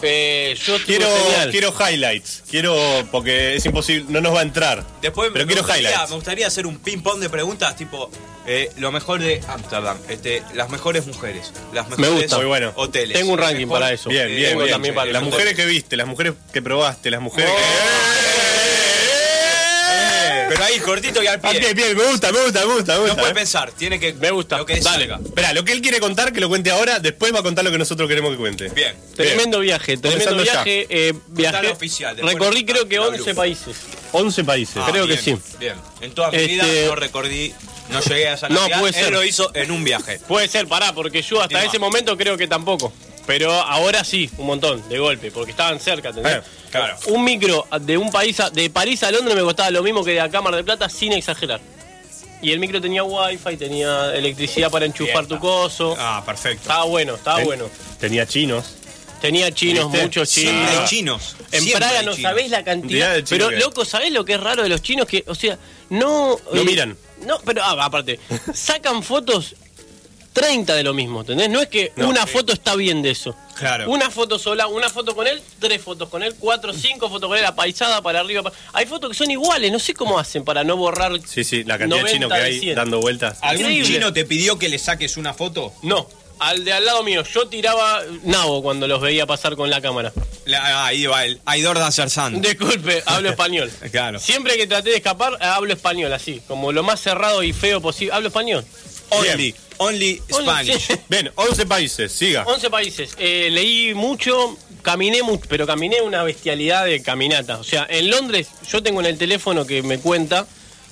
D: Eh, yo estuve
B: Quiero,
D: genial.
B: quiero highlights. Quiero, porque es imposible, no nos va a entrar.
C: Después
B: pero
C: me,
B: quiero
C: gustaría,
B: highlights.
C: me gustaría hacer un ping-pong de preguntas tipo eh, lo mejor de Ámsterdam, este, las mejores mujeres, las mejores
D: gusta.
B: Muy bueno.
C: hoteles.
D: Tengo un
C: lo
D: ranking
C: mejor-
D: para eso.
B: Bien,
C: Eh,
B: bien,
D: tengo
B: bien.
D: también para
B: las
D: los
B: mujeres que viste, las mujeres que probaste, las mujeres
C: Eh, Pero ahí, cortito y al
B: que.
C: pie.
B: Ah, bien, bien, me gusta, me gusta, me gusta, me
C: No
B: gusta.
C: puede
B: eh.
C: pensar, tiene que.
D: Me gusta.
C: Lo que
D: Dale.
C: salga.
B: Esperá, lo que él quiere contar, que lo cuente ahora, después va a contar lo que nosotros queremos que cuente.
C: Bien.
D: Tremendo viaje, tremendo
B: Comenzando ya.
D: viaje. eh, viajé,
C: Total oficial, después
D: recorrí
C: la-
D: creo que
C: la
D: 11
C: blusa.
D: países.
B: 11
A: Ah,
B: países.
D: Creo
C: Ah,
D: que
C: bien,
D: sí.
C: Bien. En toda mi
D: Este-
C: vida no recordé, no llegué a esa
D: No,
C: cantidad.
D: puede ser.
C: Él lo hizo en un viaje.
D: Puede ser, pará, porque yo hasta
C: Continúa.
D: ese momento creo que tampoco. Pero ahora sí, un montón, de golpe, porque estaban cerca, ¿entendés?
B: Eh,
C: claro.
D: Un micro de un país a- de París a Londres me costaba lo mismo que de acá a Mar del Plata, sin exagerar. Y el micro tenía wifi, tenía electricidad para enchufar tu coso.
A: Ah, perfecto.
D: Estaba bueno, estaba bueno.
B: Tenía chinos.
D: Tenía chinos,
B: ¿Viste?
D: muchos
A: Siempre
D: chinos.
A: hay chinos.
D: Ah. En
A: siempre
D: Praga
A: hay
D: no
A: chinos.
D: sabés la
B: Cantidad
D: cantidad.
B: de chinos
D: pero,
B: que hay.
D: loco, ¿sabés lo que es raro de los chinos? Que, o sea, no. eh,
B: No miran.
D: No, pero ah, aparte, sacan fotos 30 de lo mismo, ¿entendés? No es que una foto está bien de eso.
A: Claro.
D: Una foto sola, una foto con él, tres fotos con él, cuatro, cinco fotos con él, apaisada para arriba. pa- Hay fotos que son iguales, no sé cómo hacen para no borrar.
B: Sí, sí, la cantidad de
D: 90
B: chinos que hay
D: 100.
B: dando vueltas.
A: ¿Algún
D: Increíble.
A: chino te pidió que le saques una foto?
D: No, al de al lado mío, yo tiraba nabo cuando los veía pasar con la cámara.
C: La- ahí va el Aidor Dancer Sand.
D: Disculpe, hablo español.
C: Mm. Claro.
D: Siempre que traté de escapar, eh, hablo español, así, como lo más cerrado y feo posible. Hablo español.
C: Only, only
D: Only,
C: Spanish.
D: sí.
B: Bien, 11 países, siga.
D: 11 países. Eh, leí mucho, caminé mucho, pero caminé una bestialidad de caminatas. O sea, en Londres yo tengo en el teléfono que me cuenta.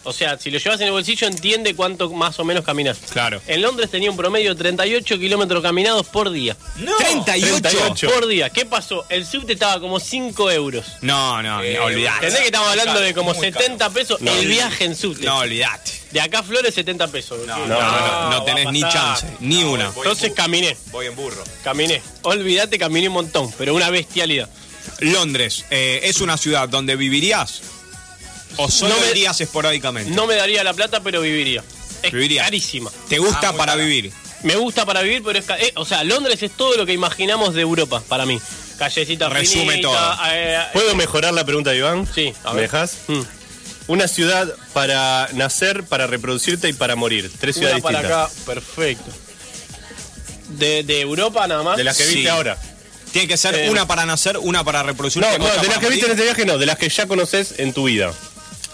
D: O sea, si lo llevas en el bolsillo entiende cuánto más o menos caminas.
C: Claro.
D: En Londres tenía un promedio de 38 kilómetros caminados por día.
C: 38.
B: 38. Yo.
D: Por día. ¿Qué pasó? El subte estaba como 5 euros.
C: No, no,
D: Eh,
C: no olvidate.
D: ¿Entendés que estamos hablando de como
C: Muy caro.
D: 70 pesos
B: No,
D: el
B: olvidate.
D: viaje en subte?
C: No, olvidate.
D: De acá a Flores 70 pesos.
C: No, no, no, no
D: va
C: tenés
D: a
C: ni
D: pasar.
C: chance, ni una.
D: Entonces caminé,
C: Voy en burro.
D: caminé. Olvídate, caminé un montón, pero una bestialidad.
C: Londres, eh, ¿es una ciudad donde vivirías? ¿O solo
D: No me-
C: irías esporádicamente?
D: No me daría la plata, pero viviría. Es
C: Viviría.
D: carísima.
C: ¿Te gusta para vivir?
D: Me gusta para vivir, pero es... ca- eh, o sea, Londres es todo lo que imaginamos de Europa, para mí. Callecita
C: Resume
D: finita,
C: todo.
D: eh, eh,
B: ¿Puedo mejorar la pregunta de Iván?
D: Sí, a
B: ¿Me
D: ver.
B: dejas?
D: Mm.
B: Una ciudad para nacer, para reproducirte y para morir. Tres
D: una
B: ciudades
D: para
B: distintas.
D: acá, perfecto. De, de Europa nada más.
B: De las que
C: Sí.
B: viste ahora.
C: Tiene que ser
D: Eh.
C: una para nacer, una para reproducir.
B: No, no, de las que viste en este viaje no, de las que ya conoces en tu vida.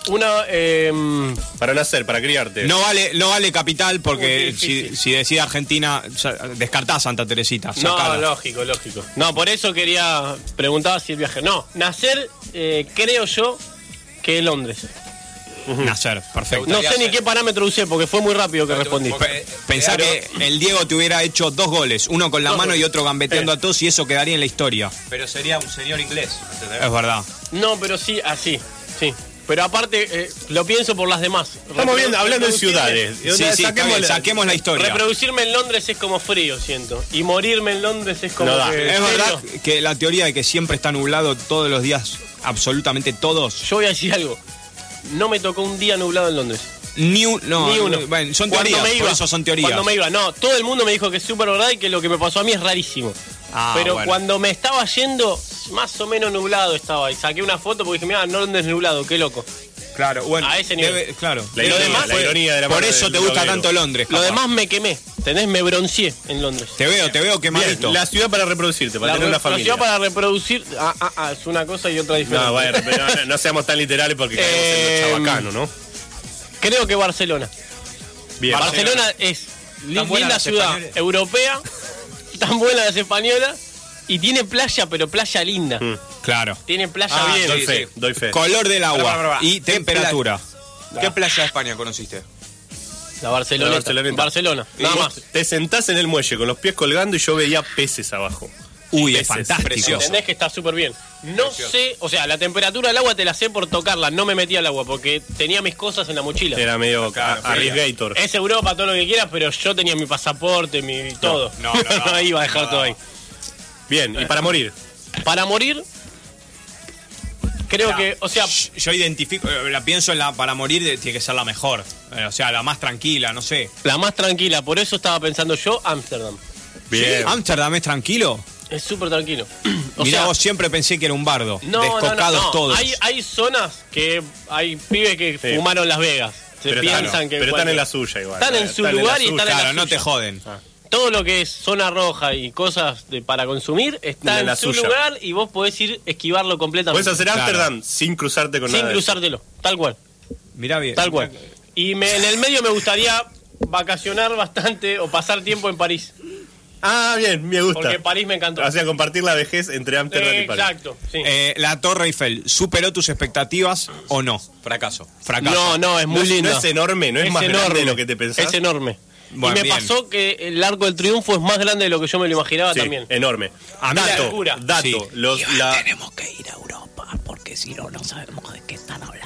D: Una... em,
B: Para nacer, para criarte.
C: No vale, no vale capital porque
D: Muy
C: si,
D: difícil.
C: si decide Argentina, ya- descartás Santa Teresita.
D: No,
C: sacala.
D: lógico, lógico. No, por eso quería preguntar si el viaje. No, nacer, eh, creo yo que en Londres.
C: Nacer, perfecto.
D: No sé ni qué parámetro usé porque fue muy rápido que respondí.
C: Pe- Pensá que el Diego te hubiera hecho dos goles, uno con la
D: Dos
C: mano y
D: goles.
C: otro
D: Eh,
C: gambeteando a todos y eso quedaría en la historia.
E: Pero sería un señor inglés. ¿entendés?
C: Es verdad.
D: No, pero sí, así, sí. Pero aparte, eh, lo pienso por las demás.
B: Estamos bien, hablando de
D: Reproducirme-
B: ciudades.
C: Sí, sí, saquemos, la, saquemos la historia.
D: Reproducirme en Londres es como frío, siento. Y morirme en Londres es como.
B: No da.
D: que-
C: Es
D: ¿en serio?
C: verdad que la teoría de que siempre está nublado todos los días, absolutamente todos,
D: Yo voy a decir algo. No me tocó un día nublado en Londres.
C: ni, un- no,
D: Ni uno.
C: bueno, son
D: Cuando
C: teorías,
D: me iba,
C: por eso son teorías.
D: Cuando me iba, no, todo el mundo me dijo que es súper verdad y que lo que me pasó a mí es rarísimo.
C: Ah,
D: Pero
C: bueno.
D: cuando me estaba yendo, más o menos nublado estaba. Y saqué una foto porque dije, mira, no es nublado, qué loco.
C: Claro, bueno.
D: A ese nivel.
C: debe- claro.
B: La
D: Lo
B: ironía,
D: demás
B: la
D: fue-
B: ironía de la
C: Por
B: mano
C: eso
B: del
C: te gusta
B: bloguero.
C: tanto Londres.
D: Lo
C: capaz.
D: demás me quemé, ¿entendés? Me bronceé en Londres.
C: Te veo, te veo quemadito.
B: Bien, la ciudad para reproducirte, para
D: re-
B: tener una
D: la ciudad
B: familia.
D: para reproducir ah, ah, ah, es una cosa y otra diferente.
B: No, bueno, pero no, no- no seamos tan literales porque caemos en
D: Eh,
B: lo chabacano, ¿no?
D: Creo que Barcelona.
B: Bien.
D: Barcelona, es li-
E: Tan buena
D: linda
E: las
D: ciudad
E: españolas.
D: europea, tan buena las españolas y tiene playa, pero playa linda.
B: Mm.
C: Claro.
D: Tiene playa
E: Ah,
D: bien.
B: Doy
E: sí,
B: fe,
E: sí.
B: doy fe.
C: Color del agua
E: Pará, pará, pará.
C: y
E: ¿Qué
C: temperatura.
E: ¿Qué playa de España conociste?
D: La Barcelona.
B: La Barceloneta.
D: Barcelona.
B: Y
D: Nada
B: vos
D: más.
B: Te sentás en el muelle con los pies colgando y yo veía peces abajo.
C: Uy, es
B: Peces.
C: fantástico.
B: Precioso.
D: Entendés que está súper bien. No sé, o sea, la temperatura del agua te la sé por tocarla. No me metí al agua porque tenía mis cosas en la mochila.
B: Era medio
C: Claro,
B: a- arriesgator.
D: Es Europa, todo lo que quieras, pero yo tenía mi pasaporte, mi todo.
C: no, no,
D: iba a dejar
C: no.
D: todo ahí.
B: Bien, y para morir.
D: Para morir, creo que, o sea,
C: Shh, yo identifico, eh, la pienso en la para morir de- tiene que ser la mejor, Eh, o sea, la más tranquila, no sé.
D: la más tranquila, por eso estaba pensando yo, Ámsterdam.
B: Bien.
C: ¿Sí? Ámsterdam es tranquilo.
D: Es súper tranquilo. O
C: Mirá,
D: sea,
C: vos siempre pensé que era un bardo.
D: no, no, no,
C: Descocados
D: no.
C: todos.
D: Hay, hay zonas que hay pibes que
B: Sí.
D: fumaron Las Vegas. Se
B: Pero,
D: piensan
B: claro,
D: que.
B: pero están
D: cualquier-
B: en la suya igual. eh,
D: Están en su lugar y están en la
C: Claro, no
D: suya.
C: te joden.
D: Ah. Todo lo que es zona roja y cosas de- para consumir está
B: En
D: en,
B: la
D: su
B: suya.
D: lugar y vos podés ir esquivarlo completamente.
B: Puedes hacer
C: Claro.
B: Ámsterdam sin cruzarte con
D: sin
B: nada. de eso.
D: cruzártelo. Tal cual,
C: Mirá bien.
D: tal cual. Y me- en el medio me gustaría vacacionar bastante o pasar tiempo en París.
B: Ah, bien, me gusta.
D: Porque París me encantó.
B: O sea, compartir la vejez entre Ámsterdam
D: Eh,
B: y París.
D: Exacto, sí.
C: Eh, la Torre Eiffel, ¿superó tus expectativas o no?
E: Fracaso.
C: Fracaso.
D: no, no, es muy
B: No es-
D: linda.
B: no es enorme, no es más grande de lo que te pensás.
D: Es enorme.
C: Bueno,
D: y me
C: bien.
D: pasó que el arco del triunfo es más grande de lo que yo me lo imaginaba
B: Sí,
D: también. Ah,
B: enorme.
C: A mí la
B: dato,
D: locura.
B: dato.
C: Sí.
B: Los, la,
A: Tenemos que ir a Europa porque si no, no sabemos de qué están hablando.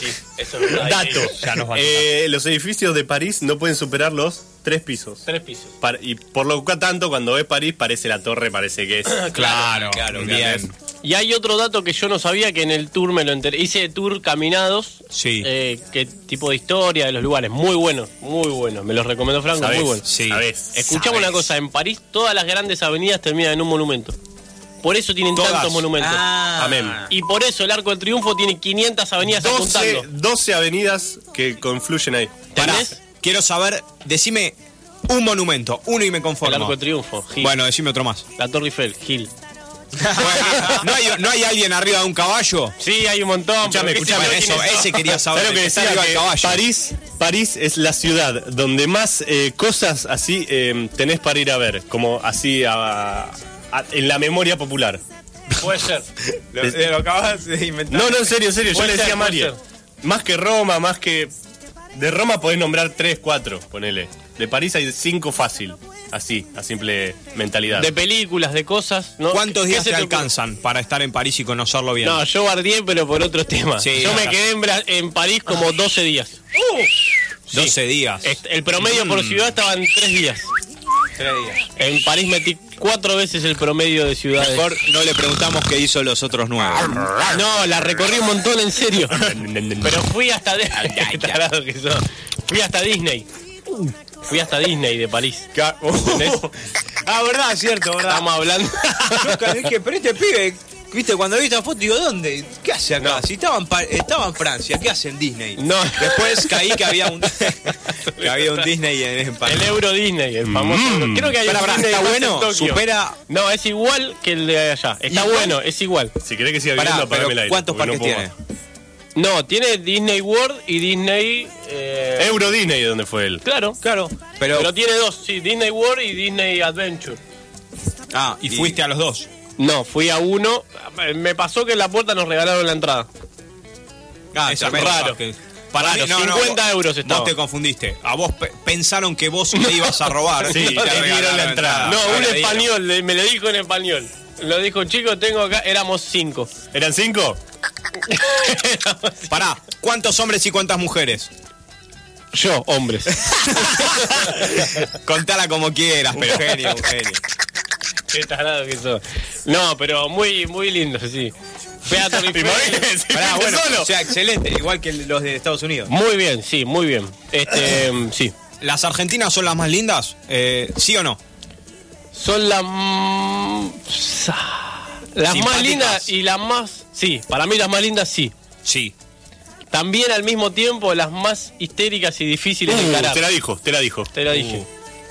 D: Sí, eso es verdad.
B: dato.
C: Ya nos va a
B: Eh, los edificios de París no pueden superar los tres pisos.
D: Tres pisos.
B: Par- y por lo que tanto, cuando ves París, parece la torre, parece que es.
C: Claro,
E: Claro,
C: bien.
B: claro.
D: Y hay otro dato que yo no sabía que en el tour me lo enteré. Hice tour caminados.
C: Sí.
D: Eh, qué tipo de historia de los lugares. Muy bueno, muy bueno. Me los recomendó Franco,
B: ¿Sabés?
D: muy bueno.
C: Sí.
B: ¿Sabés?
D: Escuchamos
C: sabés.
D: una cosa, en París todas las grandes avenidas terminan en un monumento. Por eso tienen
C: Todas. Ah.
D: tantos monumentos.
B: Amén.
D: Y por eso el Arco del Triunfo tiene 500 avenidas
B: 12,
D: apuntando.
B: 12 avenidas que confluyen ahí.
C: Pará,
D: ¿Entendés?
C: quiero saber, decime un monumento, uno y me
D: El
C: conformo.
D: Arco del Triunfo, Gil.
C: Bueno, decime otro más.
D: La Torre Eiffel, Gil.
C: Bueno, ¿no, hay, ¿No hay alguien arriba de un caballo?
D: Sí, hay un montón.
C: Escuchame,
D: pero ¿qué
C: escuchame,
D: sé yo
C: eso,
D: quiénes son?
C: ese quería saber.
B: ¿Sabes lo que
C: está
B: decía?
C: arriba del
B: Que
C: caballo.
B: París, París es la ciudad donde más eh, cosas así eh, tenés para ir a ver, como así a- a- en la memoria popular.
D: Puede ser.
C: Lo, eh, lo acabas de inventar.
B: No, no, en serio, en serio, yo
D: Puede
B: le decía
D: ser,
B: a
D: puede
B: Mario. Más que Roma, más que. De Roma podés nombrar 3, 4, ponele. De París hay 5 fácil. Así, a simple mentalidad.
D: De películas, de cosas. ¿no?
C: ¿Cuántos
D: ¿Qué
C: días
D: se
C: te
D: ocurre?
C: alcanzan para estar en París y conocerlo bien?
D: No, yo guardié, pero por otros temas.
C: Sí,
D: yo me
C: no. Uh.
D: quedé en, Bra- en París como 12 días.
C: 12 días.
D: Est- El promedio por ciudad estaban 3 días.
C: Mm. Tres días.
D: En París metí 4 veces el promedio de ciudades.
C: Mejor no le preguntamos qué hizo los otros nueve.
D: No, la recorrí un montón, en serio. Pero fui hasta... Di- Qué tarado que sos. Fui hasta Disney. Fui hasta Disney de París. ¿Entendés?
C: Ah, verdad, cierto, verdad.
D: Estamos hablando...
C: Yo cada vez que- pero este pibe, viste, cuando vi esta foto, digo, ¿dónde? ¿Qué hace acá? Si estaba en, Pa- estaba en Francia, ¿qué hace en Disney?
D: No.
C: Después caí que había un, que había un Disney en, en París.
D: El Euro Disney, el famoso. Euro. Creo que hay
C: Mm. Pará,
D: un
C: pará,
D: Disney
C: ¿está
D: más en
C: bueno?
D: Tokio.
C: ¿Supera-
D: No, es igual que el de allá. Está
C: ¿Igual?
D: bueno, es igual.
B: si querés que siga
C: Pará,
B: viviendo,
C: pero
B: apagame el aire.
C: ¿cuántos
B: porque
C: parques
B: no puedo
C: tiene?
D: No, tiene Disney World y Disney. eh,
B: más. Euro Disney es donde fue él.
D: Claro, claro.
C: Pero-
D: Pero, tiene dos, sí, Disney World y Disney Adventure.
C: Ah, y, fuiste a los dos.
D: No, fui a uno. Me pasó que en la puerta nos regalaron la entrada.
C: Ah,
D: Es
C: tremendo,
D: raro.
C: ah, que- Para
D: Raro,
C: mí- no, no,
D: 50
C: vos-
D: euros estaba.
C: Vos te confundiste. A vos pe- pensaron que vos le ibas a robar.
B: Sí,
C: y
B: te dieron
C: regalaron
B: la entrada. Ah,
D: no, un
C: Ahora, dieron.
D: español, le- me lo dijo en español. Lo dijo, chicos, tengo acá, éramos cinco.
B: ¿Eran cinco?
C: Pará, ¿cuántos hombres y cuántas mujeres?
D: Yo, hombres.
C: Contala como quieras, pero genio, un genio.
D: Qué tarado que sos. No, pero muy, muy lindo, sí. Fui a Torre Eiffel.
C: Pará, bueno,
B: solo.
C: o sea, excelente, igual que los de Estados Unidos.
D: Muy bien, sí, muy bien. Este, em, sí.
C: ¿Las argentinas son las más lindas? Eh, ¿Sí o no?
D: Son las mm, sa- las
C: Simpáticas.
D: más lindas y las más sí, para mí las más lindas sí.
C: Sí.
D: También al mismo tiempo las más histéricas y difíciles de encarar.
B: Uh, te la dijo, te la dijo.
D: Te lo dije.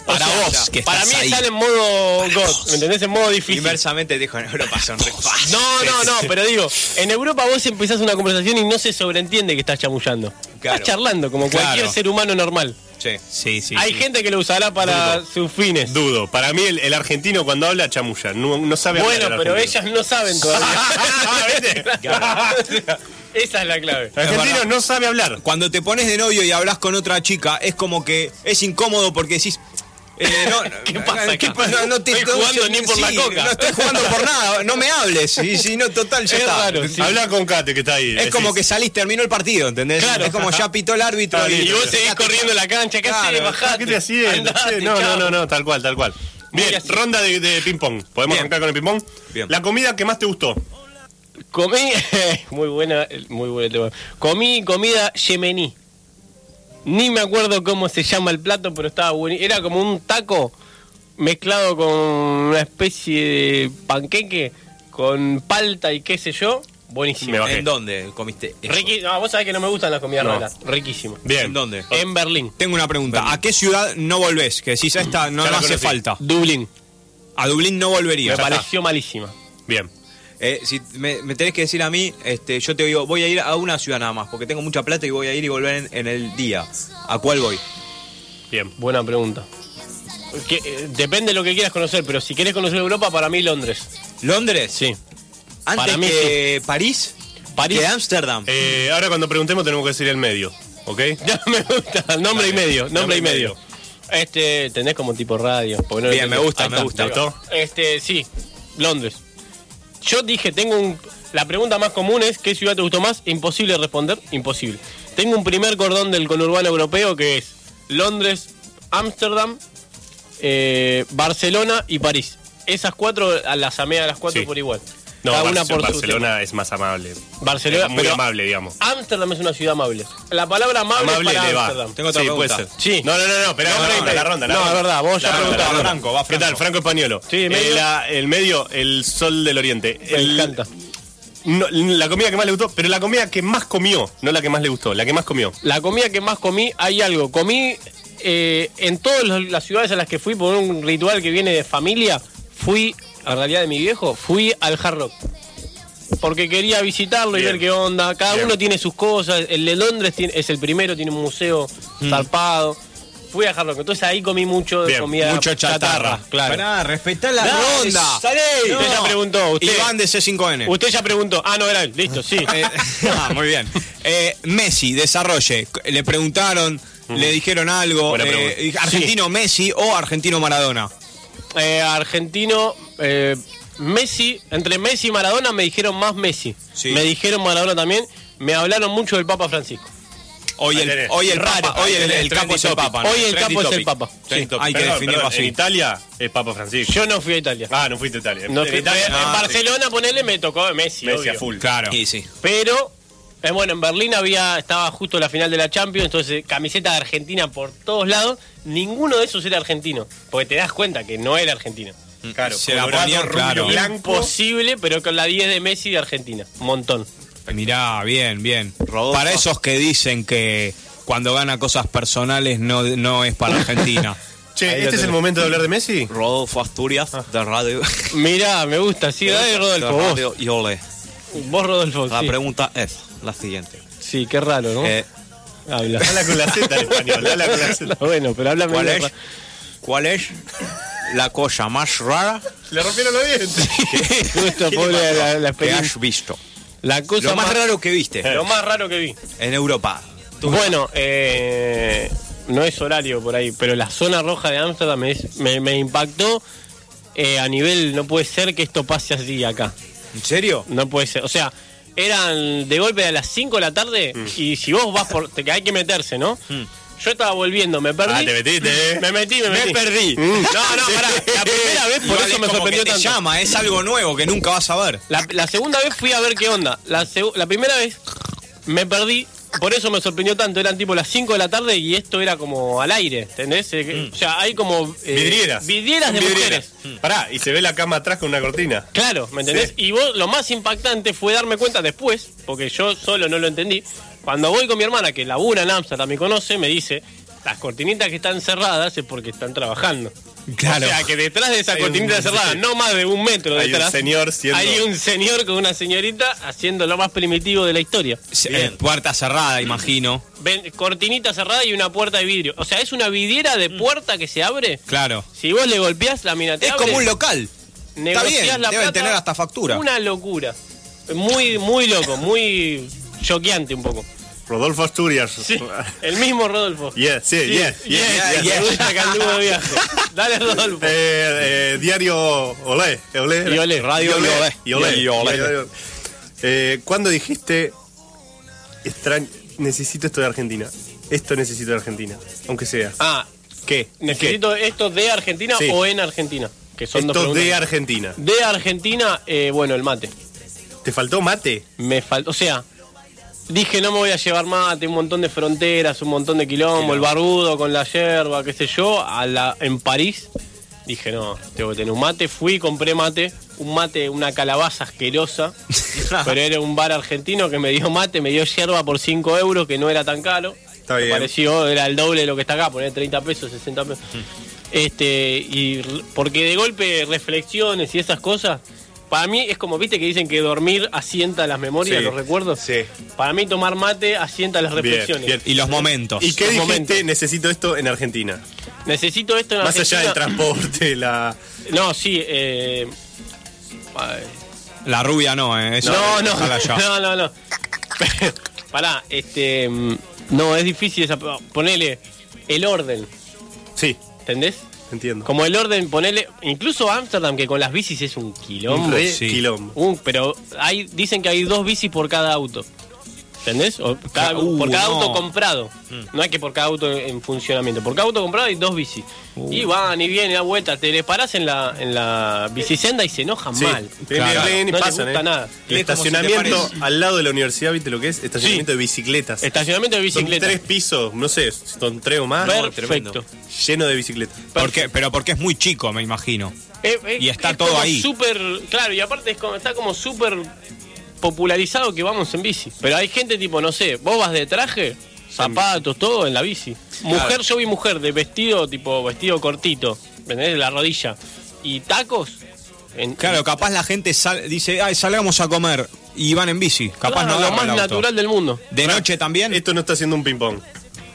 C: Para vos, que
D: Uh, para mí
C: estás ahí.
D: están en modo God, ¿me entendés? En modo difícil.
C: Inversamente dijo en Europa son re fáciles.
D: No, no, no, pero digo, en Europa vos empezás una conversación y no se sobreentiende que estás chamullando.
C: Claro.
D: Estás charlando como cualquier
C: Claro.
D: ser humano normal.
C: Sí, sí, sí.
D: Hay gente que lo usará para sus fines.
B: Dudo. Para mí, el, el argentino cuando habla chamulla. No, no sabe hablar.
D: Bueno,
B: el
D: pero
B: argentino.
D: ellas no saben todavía.
B: Ah, ¿viste?
D: Esa es la clave.
B: El argentino
C: verdad.
B: no sabe hablar.
C: Cuando te pones de novio y hablas con otra chica, es como que es incómodo porque decís. eh, no,
D: ¿Qué pasa acá?
C: No, no te
D: Estoy
C: no-
D: jugando ni por la
C: sí,
D: coca.
C: No estoy jugando por nada, no me hables. Y si no, total, ya
D: Es
C: está.
D: raro, sí.
B: Habla con Kate que está ahí.
C: Es como que salís, terminó el partido, ¿entendés?
D: Claro.
C: Es como ya pitó el árbitro.
B: Está bien.
D: Y
C: listo.
D: vos seguís corriendo en la cancha, ¿qué
C: Claro.
D: haces?
B: Ah,
D: Bajate.
B: ¿Qué te hacía?
D: Andate,
B: no, no,
D: chao.
B: no, no, tal cual, tal cual. Bien,
D: así.
B: ronda de, de ping-pong. ¿Podemos
C: Bien.
B: arrancar con el ping-pong?
C: Bien.
B: La comida que más te gustó.
D: Comí, muy buena, muy buen tema. Comí comida yemení. Ni me acuerdo cómo se llama el plato, pero estaba bueno. Era como un taco mezclado con una especie de panqueque con palta y qué sé yo. Buenísimo.
B: Me bajé.
C: ¿En dónde comiste eso?
D: Riqui- no, vos sabés que no me gustan las comidas raras. Riquísimo.
B: Bien.
C: ¿En dónde?
D: En Berlín,
C: Tengo una pregunta. ¿A qué ciudad no volvés? Que decís, a esta no, no
B: Ya la
C: hace
B: conocí.
C: falta.
D: Dublín.
C: A Dublín no volvería.
D: Me
C: Ya está.
D: pareció malísima.
B: Bien.
C: Eh, si me, me tenés que decir a mí, este, yo te digo, voy a ir a una ciudad nada más, porque tengo mucha plata y voy a ir y volver en, en el día. ¿A cuál voy?
B: Bien.
D: Buena pregunta. Que, eh, depende de lo que quieras conocer, pero si quieres conocer Europa, para mí Londres.
C: ¿Londres?
D: Sí.
C: ¿Antes
D: Para mí
C: que París?
D: París.
C: ¿Que Ámsterdam?
B: Eh, ahora cuando preguntemos tenemos que decir el medio. ¿Ok?
D: Ya me gusta. Nombre y medio.
B: Nombre
D: Nombre
B: y
D: y medio. Este, tenés como tipo radio. porque no
C: Bien,
D: lo
C: me
D: tengo.
C: gusta,
D: Ahí
C: me
D: está,
C: gusta.
D: ahí va. Este, sí. Londres. Yo dije, tengo un. La pregunta más común es: ¿qué ciudad te gustó más? Imposible responder, imposible. Tengo un primer cordón del conurbano europeo que es Londres, Ámsterdam, eh, Barcelona y París. Esas cuatro a las amé a las cuatro
B: Sí.
D: por igual.
B: No,
D: Cada una
B: Barce-
D: por su
B: Barcelona es más amable.
D: tema. Barcelona,
B: es muy
D: pero Ah,
B: amable, digamos.
D: Ámsterdam es una ciudad amable. La palabra amable,
B: Amable
D: es para
B: le va.
D: Ámsterdam.
C: Tengo otra
B: sí,
C: pregunta.
B: puede ser.
D: Sí.
B: No, no, no, no,
D: No,
B: esperá, la
D: pero-
B: ronda, la ronda. la
D: No,
B: ronda.
D: es verdad, vos ya
B: La ronda,
D: preguntaste.
B: la ronda.
C: Franco, va
B: ¿Qué tal?
C: Franco.
B: Franco Españolo.
D: Sí, medio.
B: Eh, la- el medio, el sol del oriente.
D: Me
B: El-
D: encanta.
B: No, la comida que más le gustó, pero la comida que más comió, no la que más le gustó, la que más comió.
D: La comida que más comí, hay algo. Comí eh, en todas los- las ciudades a las que fui por un ritual que viene de familia. Fui la realidad de mi viejo, fui al Hard Rock. Porque quería visitarlo y
B: Bien.
D: ver qué onda. Cada
B: Bien.
D: uno tiene sus cosas. El de Londres tiene- es el primero, tiene un museo zarpado. Fui a Hard Rock. Entonces ahí comí mucho de
B: Mm. Bien,
D: comida
B: mucho chatarra,
D: claro.
A: Pará, respetá la
D: Dale,
A: ronda.
D: salí. Usted ya preguntó, usted.
A: Iván de C5N.
D: Usted ya preguntó. Ah, no, era él. Listo, sí.
A: Eh, ah, muy bien. Eh, Messi, desarrolle. Le preguntaron, le dijeron algo.
B: Buena
A: eh,
B: pregunta.
A: ¿Argentino Messi o argentino Maradona?
D: Eh, argentino, eh, Messi, entre Messi y Maradona me dijeron más Messi.
A: Sí.
D: Me dijeron Maradona también. Me hablaron mucho del Papa Francisco.
A: Hoy
B: Ahí
A: el,
B: tenés.
A: hoy el
D: Raro.
A: Papa, hoy el, el capo es el
D: topic.
A: Papa. ¿no?
D: Hoy el
A: Trendy
D: capo es el
A: topic.
D: Papa.
A: Trendy
D: Sí.
A: topic. Hay que
B: Perdón,
A: definirlo
B: perdón, En
A: así.
B: Italia es Papa Francisco.
D: Yo no fui a Italia.
B: Ah, no fuiste a Italia.
D: No
B: En
D: fui- eh,
B: Italia-
D: en
B: ah,
D: Barcelona, ponele, me tocó Messi.
B: Messi
D: obvio.
B: a full.
A: Claro.
C: Y sí.
D: Pero, eh, bueno, en Berlín había estaba justo la final de la Champions, entonces camiseta de Argentina por todos lados. Ninguno de esos era argentino, porque te das cuenta que no era argentino.
B: Claro,
A: Se la
B: colorado,
A: ponían,
B: rubio,
A: claro.
B: blanco.
D: Imposible, pero con la 10 de Messi de Argentina. Montón.
A: Mirá, bien, bien.
C: Rodolfo.
A: Para esos que dicen que cuando gana cosas personales no, no es para Argentina.
B: Che, ¿este es el momento de hablar de Messi?
C: Rodolfo Asturias,
B: Ah.
C: de Radio.
D: Mirá, me gusta. Sí, dale, Rodolfo.
C: de
D: Vos,
C: Radio Iole.
D: Vos, Rodolfo.
B: Ah,
C: La
D: sí.
C: pregunta es la siguiente.
D: Sí, qué raro, ¿no?
C: Eh,
D: Habla.
B: Habla con la Z en español, habla con la Z.
D: bueno, pero háblame
C: ¿Cuál
D: de-
C: es? ¿Cuál es la cosa más rara
B: Le rompieron los dientes.
D: Justo, pobre, la, la
C: que
D: experiencia.
C: has visto?
D: La cosa
C: Lo más raro que viste
D: lo más raro que vi.
C: en Europa.
D: Bueno, eh, no es horario por ahí, pero la zona roja de Ámsterdam es- me, me impactó eh, a nivel, no puede ser que esto pase así acá.
C: ¿En serio?
D: No puede ser. O sea, eran de golpe a las 5 de la tarde y si vos vas por... te- hay que meterse, ¿no? Yo estaba volviendo, me perdí.
B: Ah, te metiste, eh.
D: Me metí, me metí.
B: perdí.
D: Mm. No, no, pará. La primera vez por
A: Igual
D: eso
A: es
D: me
A: como
D: sorprendió
A: que te
D: tanto.
A: llama, es algo nuevo que nunca vas a ver.
D: La, la segunda vez fui a ver qué onda. La, seg- la primera vez me perdí, por eso me sorprendió tanto. Eran tipo las 5 de la tarde y esto era como al aire, ¿entendés? Eh, que- O sea, hay como. eh,
B: Vidrieras.
D: Vidrieras de
B: Vidrieras.
D: mujeres.
B: Mm. Pará, y se ve la cama atrás con una cortina.
D: Claro, ¿me entendés?
B: Sí.
D: Y vos, lo más impactante fue darme cuenta después, porque yo solo no lo entendí. Cuando voy con mi hermana, que labura en Amsterdam me conoce, me dice: Las cortinitas que están cerradas es porque están trabajando.
A: Claro.
D: O sea, que detrás de esa
B: Hay un-
D: cortinita cerrada, no más de un metro
B: Hay un
D: detrás.
B: señor siendo-
D: Hay un señor con una señorita haciendo lo más primitivo de la historia.
A: Se- eh, puerta cerrada, imagino.
D: Ven- cortinita cerrada y una puerta de vidrio. O sea, es una vidriera de puerta que se abre.
A: Claro.
D: Si vos le golpeás la mina te
A: Mm. Es
D: abre,
A: como un local. Está
D: negociás
A: bien,
D: la
A: deben
D: plata.
A: tener hasta factura.
D: Una locura. Muy, muy loco, muy choqueante un poco.
B: Rodolfo Asturias.
D: Sí, el mismo Rodolfo.
B: Yeah, sí, yeah, yeah, yeah,
D: me
B: yeah.
D: gusta que anduvo de viaje. Dale, Rodolfo.
B: Eh, eh, diario Olé. Olé.
D: Y Olé, radio
B: Y
D: y
B: Olé.
D: Olé.
B: Y Olé.
D: Y Olé.
B: Y Olé. Eh, ¿Cuándo dijiste, extraño, necesito esto de Argentina? Esto necesito de Argentina, aunque sea.
D: Ah,
B: ¿Qué?
D: necesito esto de Argentina
B: Sí.
D: o en Argentina. Que
B: ¿Qué?
D: son dos
B: Esto
D: preguntas.
B: de Argentina.
D: De Argentina, eh, bueno, el mate.
B: ¿Te faltó mate?
D: Me faltó, o sea, dije no me voy a llevar mate, un montón de fronteras, un montón de quilombo, el barbudo con la yerba, qué sé yo, a la, en París. Dije, no, tengo que tener un mate. Fui, compré mate, un mate, una calabaza asquerosa. pero era un bar argentino que me dio mate, me dio yerba por 5 euros, que no era tan caro.
B: Está
D: Me
B: bien.
D: pareció, era el doble de lo que está acá, poner 30 pesos, 60 pesos.
B: Mm.
D: Este, y r- porque de golpe reflexiones y esas cosas, para mí es como, viste que dicen que dormir asienta las memorias,
B: Sí.
D: los recuerdos.
B: Sí.
D: Para mí tomar mate asienta las
B: Bien,
D: reflexiones.
B: bien.
A: Y los momentos.
B: ¿Y qué dijiste?
D: momento.
B: Necesito esto en Argentina.
D: Necesito esto en
B: Más allá del
D: Argentina.
B: transporte, la.
D: No, sí, eh, ay,
A: La rubia no, ¿eh? Eso-
D: No, no,
A: déjala ya.
D: no, no, no. Pará, este, mm, no, es difícil esa, ponele el orden,
B: Sí,
D: ¿entendés?
B: entiendo.
D: Como el orden, ponele, incluso Ámsterdam, que con las bicis es un quilombo.
B: Re
A: sí.
B: quilombo.
D: Uh, pero hay, dicen que hay dos bicis por cada auto. ¿Entendés? O
B: Ah,
D: cada-
A: Uh,
D: por cada
A: no.
D: auto comprado.
B: Mm.
D: No hay que por cada auto en funcionamiento. Por cada auto comprado hay dos bicis.
B: Uh.
D: Y van y vienen, da vuelta. Te les parás en la, en la bicisenda y se enojan
B: Sí,
D: mal.
B: ven,
A: Claro.
B: ven y
D: No les
B: pasan,
D: gusta
B: eh.
D: nada.
A: Es
B: El
A: como si te
B: estacionamiento
A: parece.
B: al lado de la universidad, ¿viste lo que es? Estacionamiento de bicicletas.
D: Estacionamiento de
B: Son
D: bicicleta.
B: tres pisos, no sé, son tres o más.
D: Perfecto.
B: Lleno de bicicletas.
A: Porque, pero porque es muy chico, me imagino.
D: Eh, eh,
A: Y está
D: es
A: todo
D: como
A: ahí.
D: Súper, claro, y aparte es como- está como súper popularizado que vamos en bici. Pero hay gente tipo, no sé, vos vas de traje, zapatos, todo en la bici. Mujer, yo vi mujer de vestido tipo vestido cortito, ¿me ¿entendés? De la rodilla. Y tacos En-
A: Claro, capaz la gente sal- dice, ay, salgamos a comer y van en bici. Capaz
D: Claro,
A: no
D: lo
A: agarra
D: más
A: el auto.
D: natural del mundo.
A: De noche también.
B: Esto no está haciendo un ping-pong.